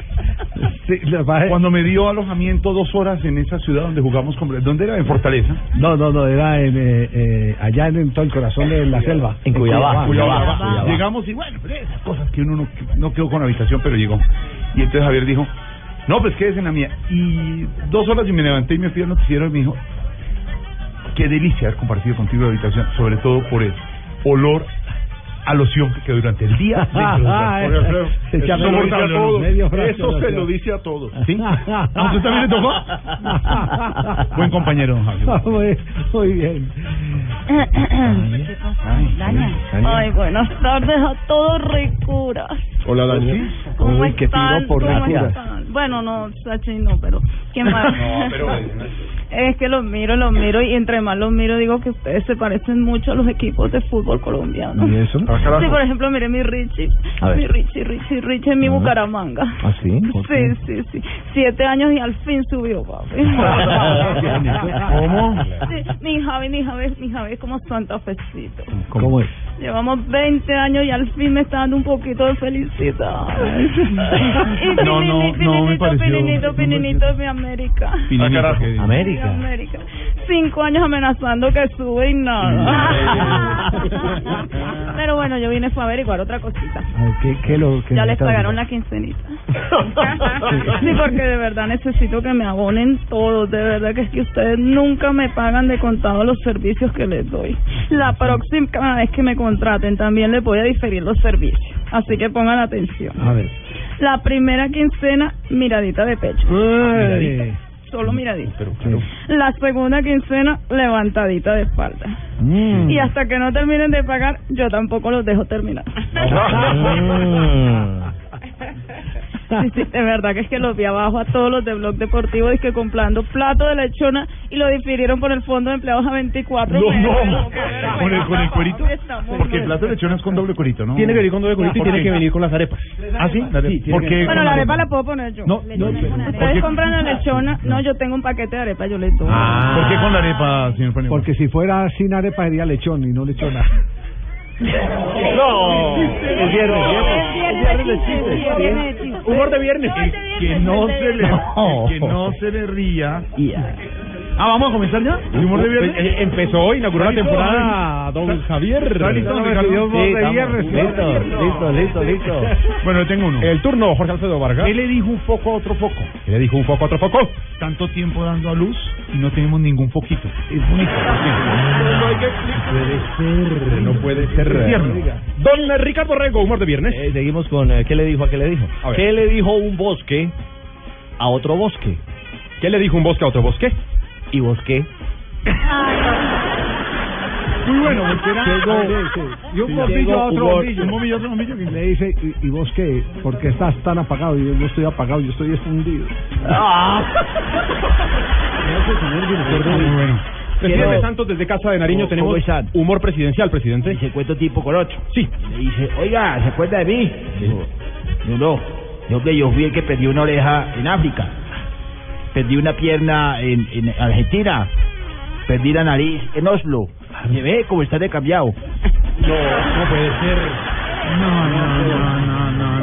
Cuando me dio alojamiento dos horas en esa ciudad donde jugamos con... ¿Dónde era? ¿En Fortaleza? No, no, no, era en, eh, eh, allá en, en todo el corazón de la selva. En Cuyabá, Cuyabá. Cuyabá. Llegamos y bueno, pero esas cosas que uno no, no quedó con habitación, pero llegó. Y entonces Javier dijo, no, pues quédese en la mía. Y dos horas y me levanté y me fui al noticiero y me dijo, qué delicia haber compartido contigo la habitación, sobre todo por el olor a loción que quedó durante el día. dentro del Ah, cuerpo de Alfredo. se Eso llama se lo dice a Ricardo, todos. medio brazo de Eso se loción. lo dice a todos. ¿Sí? ¿A usted también le tocó? Buen compañero, don Javier. Muy bien. ¿Qué pasa? Dania. Dania. Ay, buenas tardes a todos, ricuras. Hola, Dani. ¿Cómo Uy, qué están? tiro por ¿Cómo Honduras. están? Bueno, no, Sachi no, pero ¿qué más? No, pero- Es que los miro, los miro y entre más los miro digo que ustedes se parecen mucho a los equipos de fútbol colombiano. ¿Y eso? Sí, por ejemplo, mire mi Richie, A ver. mi Richie, Richie, Richie en mi Bucaramanga. ¿Ah, sí? Sí, sí, sí. Siete años y al fin subió, papi. ¿Cómo? Sí, mi Javi, mi Javi, mi Javi es como santafecito. ¿Cómo es? Llevamos 20 años y al fin me está dando un poquito de felicidad. Y No, no, no me pininito, pareció. Pininito, pininito de mi América. Mi América. Cinco años amenazando que sube y nada. Pero bueno, yo vine fue a averiguar otra cosita. ¿Qué, qué lo, qué Ya les está- pagaron la quincenita. Sí, porque de verdad necesito que me abonen todos. De verdad que es que ustedes nunca me pagan de contado los servicios que les doy. La próxima vez que me contraten también les voy a diferir los servicios. Así que pongan atención. A ver. La primera quincena, miradita de pecho. Ay. Solo miradita. Pero La segunda quincena, levantadita de espalda. Mm. Y hasta que no terminen de pagar, yo tampoco los dejo terminar. Mm. Sí, sí, de verdad que es que los vi abajo a todos los de Blog Deportivo y que comprando plato de lechona y lo difirieron por el fondo de empleados a 24 No, meses. no. Con el, con el cuerito. Estamos Porque el mal. plato de lechón es con doble cuerito, ¿no? Ah, Tiene que venir con doble cuerito y ¿Por tiene qué? que venir con las arepas. ¿Ah, sí? La arepa. ¿Por qué? Bueno, con la arepa? arepa la puedo poner yo. No, no, ¿por Ustedes qué- compran la lechona. No, yo tengo un paquete de arepa, yo les doy. Ah. Ah. ¿Por qué con la arepa, señor Panema? Porque si fuera sin arepa sería lechón y no lechona. No. Es viernes, Es viernes de chiste, es viernes de chiste. Humor de viernes. El que no se le, el que no se le ría. Ah, vamos a comenzar ya. El humor de viernes. Eh, empezó hoy, inauguró la temporada, don Javier. ¿Está listo, don Ricardo? Sí, estamos. Listo, listo, listo, listo. Bueno, yo tengo uno. El turno, Jorge Alfredo Vargas. ¿Qué le dijo un foco a otro foco? ¿Qué le dijo un foco a otro foco? Tanto tiempo dando a luz y no tenemos ningún foquito. Es bonito. No puede Es tierno. Don Ricardo Rengo, humor de viernes. seguimos con eh, qué le dijo a qué le dijo. A ver. ¿Qué le dijo un bosque a otro bosque? ¿Qué le dijo un bosque a otro bosque? ¿Y bosque? Muy bueno, porque era. Llegó- Y un bombillo a otro bombillo. Un bombillo a otro bombillo. Le dice, ¿y, y vos qué? ¿Por qué estás tan apagado? Y yo no estoy apagado, yo estoy escondido. Ah. Muy bueno. Presidente Santos, desde Casa de Nariño ¿Cómo- tenemos cómo están? humor presidencial, presidente. Se cuento tipo con ocho. Sí. Le dice, oiga, ¿se acuerda de mí? Dijo, no, no. Yo que yo fui el que perdí una oreja en África. Perdí una pierna en, en Argentina. Perdí la nariz en Oslo. Se ve cómo está de cambiado. No, no puede ser. No, no, no, no,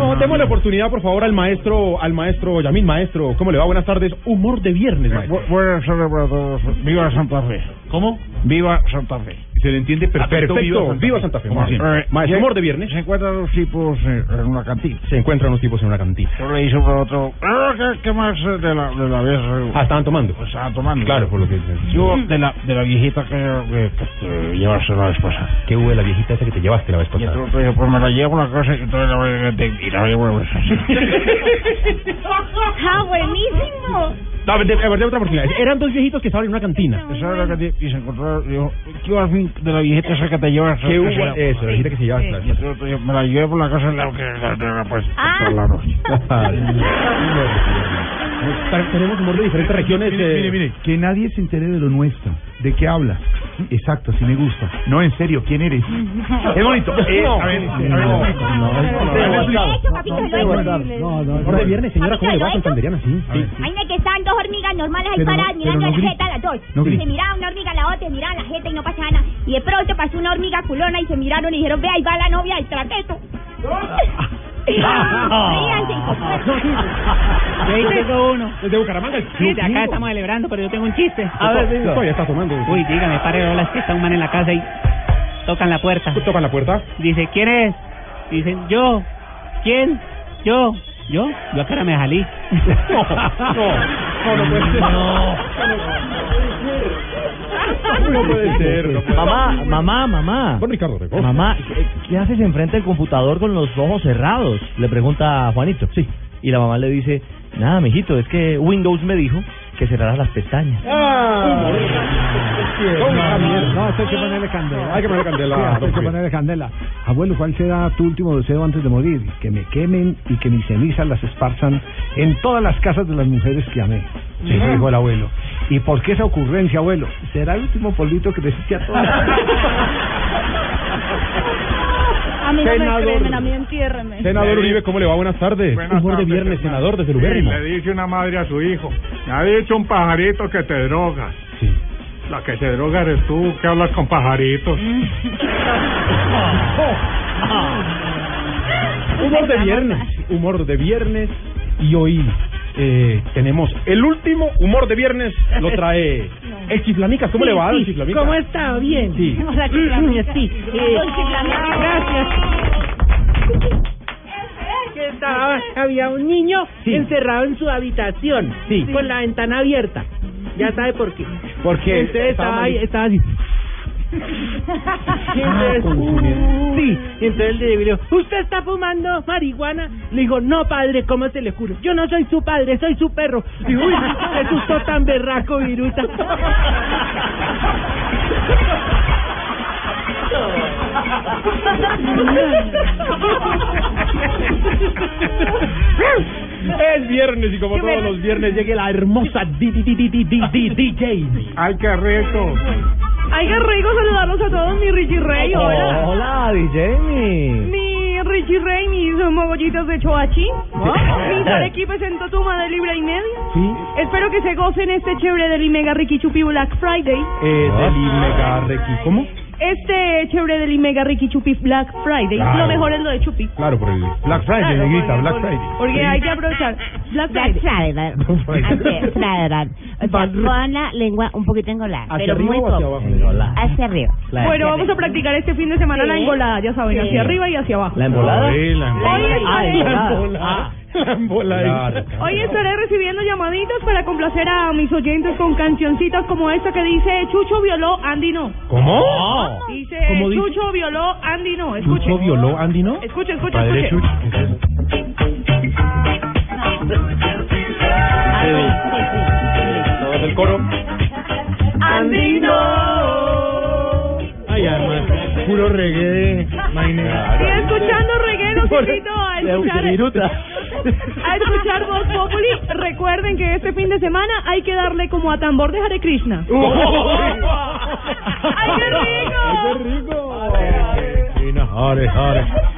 no. demos la oportunidad, por favor, al maestro, al maestro Yamín, maestro. ¿Cómo le va? Buenas tardes. Humor de viernes, maestro. Buenas tardes para todos. Viva Santa Fe. ¿Cómo? Viva Santa Fe. Se le entiende perfecto. Ah, perfecto. Viva Santa Fe. Como siempre. Eh, Maestro, humor de viernes. Se encuentran los tipos eh, en una cantina. Se encuentran unos tipos en una cantina. Yo le hice para otro. "Ah, ¿Qué, qué más eh, de la, de la vez? eh, Ah, estaban tomando. Estaban tomando. Claro, por lo que... Yo, de la, de la viejita que, que, que te llevaste la vez pasada. ¿Qué hubo de la viejita esa que te llevaste la vez Y entonces yo, pues me la llevo a la casa y entonces la voy a y la llevo a la ¡Ah, buenísimo! No, a ver, de, a ver, de otra oportunidad. Eran dos viejitos que estaban en una cantina. Esa era la que te- y se encontró, dijo, ¿qué hubo al fin de la viejita esa que te llevas? ¿Qué hubo? Eso, la viejita que se llevaba. Y entonces yo me la llevé por la casa y la que la, la, la, pues, Ah. por la noche. Tenemos humor de diferentes regiones. Mire, mire, mire, que nadie se entere de lo nuestro. ¿De qué habla? Exacto, sí me gusta. No, en serio, ¿quién eres? Es bonito. Eh, No. a ver, a ver, No. No, no, Humor eh, de viernes, señora, ¿cómo le va con Sanderiana? Sí. Ay, que estaban dos hormigas normales ahí Pero no- paradas pero mirando no la grite, jeta a las dos. no y se grite. miraba una hormiga a la otra, y miraba la jeta y no pasaba nada. Y de pronto pasó una hormiga culona y se miraron y dijeron, ve, ahí va la novia del traqueto. Ríanse, hijo de puta. Yo ahí tengo uno. Desde Bucaramanga. el Sí, de Club acá Cinco. estamos celebrando, pero yo tengo un chiste. A ver, diga. Todavía está tomando. Uy, dígame, pare de bolas que está un man en la casa y tocan la puerta. Tocan la puerta. Dice, ¿quién es? Dicen, yo. ¿Quién? Yo. ¿Yo? Yo acá me jalí. No, no, no, no puede ser. No. No puede ser. Ah. Mamá, mamá, mamá. Mamá, ¿qué, qué haces enfrente del computador con los ojos cerrados? Le pregunta a Juanito. Sí. Y la mamá le dice, nada, mijito, es que Windows me dijo que cerraras las pestañas. No, esto hay que ponerle candela. Hay que ponerle candela, Sí, esto hay don que Felipe. ponerle candela. Abuelo, ¿cuál será tu último deseo antes de morir? Que me quemen y que mis cenizas las esparzan en todas las casas de las mujeres que amé. Se lo dijo el abuelo. ¿Y por qué esa ocurrencia, abuelo? Será el último polvito que resiste a todas. A mí no Senador. me cremen, a mí entiérreme. Senador Uribe, ¿cómo le va? Buenas tardes. Buenas Humor de tardes, viernes, Hernán. senador desde Sí, Lubérrimo. Le dice una madre a su hijo, me ha dicho un pajarito que te drogas. La que te droga eres tú, que hablas con pajaritos. Humor de viernes, humor de viernes y hoy eh, tenemos el último humor de viernes, lo trae el Chiflamicas. ¿Cómo Sí, le va, don sí. Chiflamicas? ¿Cómo está? Bien. Sí. Hola, Chiflamicas, sí. Eh, Don Chiflamicas. Gracias. Que estaba- había un niño encerrado en su habitación, con la ventana abierta. Ya sabe por qué. Porque Entonces estaba estaba, ahí, mal- estaba así. Ah, Y entonces, sí, entonces le digo, ¿usted está fumando marihuana? Le digo, no, Oh, padre, ¿cómo se le juro? Yo no soy su padre, soy su perro. Y uy, qué susto tan berraco, viruta. Es viernes y como todos los viernes llega la hermosa di- di- di- di- di- di- di- DJ. ¡Ay, qué rico! Ay, qué rico saludarlos a todos, mi Richie Rey, Oh, hola. Hola, DJ. Mi Richie Rey, mis mogollitos de Choachín, mis arequipes en Totuma de libra y media. Sí. Espero que se gocen este chévere del Mega Ricky Chupi Black Friday. Eh, del Imega Requi. ¿Cómo? Este chévere del Mega Ricky Chupi Black Friday. Claro. Lo mejor es lo de Chupi. Claro, por el Black Friday, Claro, negrita, por- Black por- Friday. Porque hay que aprovechar. Black Friday. O sea, con la lengua un poquito engolada, ¿Hacia pero arriba muy o hacia poco. abajo? Engolada. Hacia arriba. Bueno, vamos a practicar este fin de semana Sí. la engolada, ya saben, Sí. hacia arriba y hacia abajo. ¿La embolada? Hoy Sí, la embolada. estaré- Ah, embolada. Hoy estaré recibiendo llamaditas para complacer a mis oyentes con cancioncitas como esta que dice Chucho violó, Andy no. ¿Cómo? Dice ¿Cómo dice? Chucho violó, Andy no. Escuche. Chucho violó Andy, ¿no? Escuche, escuche, Padre escuche. Chucho. Todos el coro. Andy Ay, además, puro reggae de Y escuchando reggae, los Por- invito a de escuchar, este- Viruta. a escuchar Voz Populi. Recuerden que este fin de semana hay que darle como a tambor de Hare Krishna. ¡Ay, qué rico! Ay, qué rico. Hare, Hare,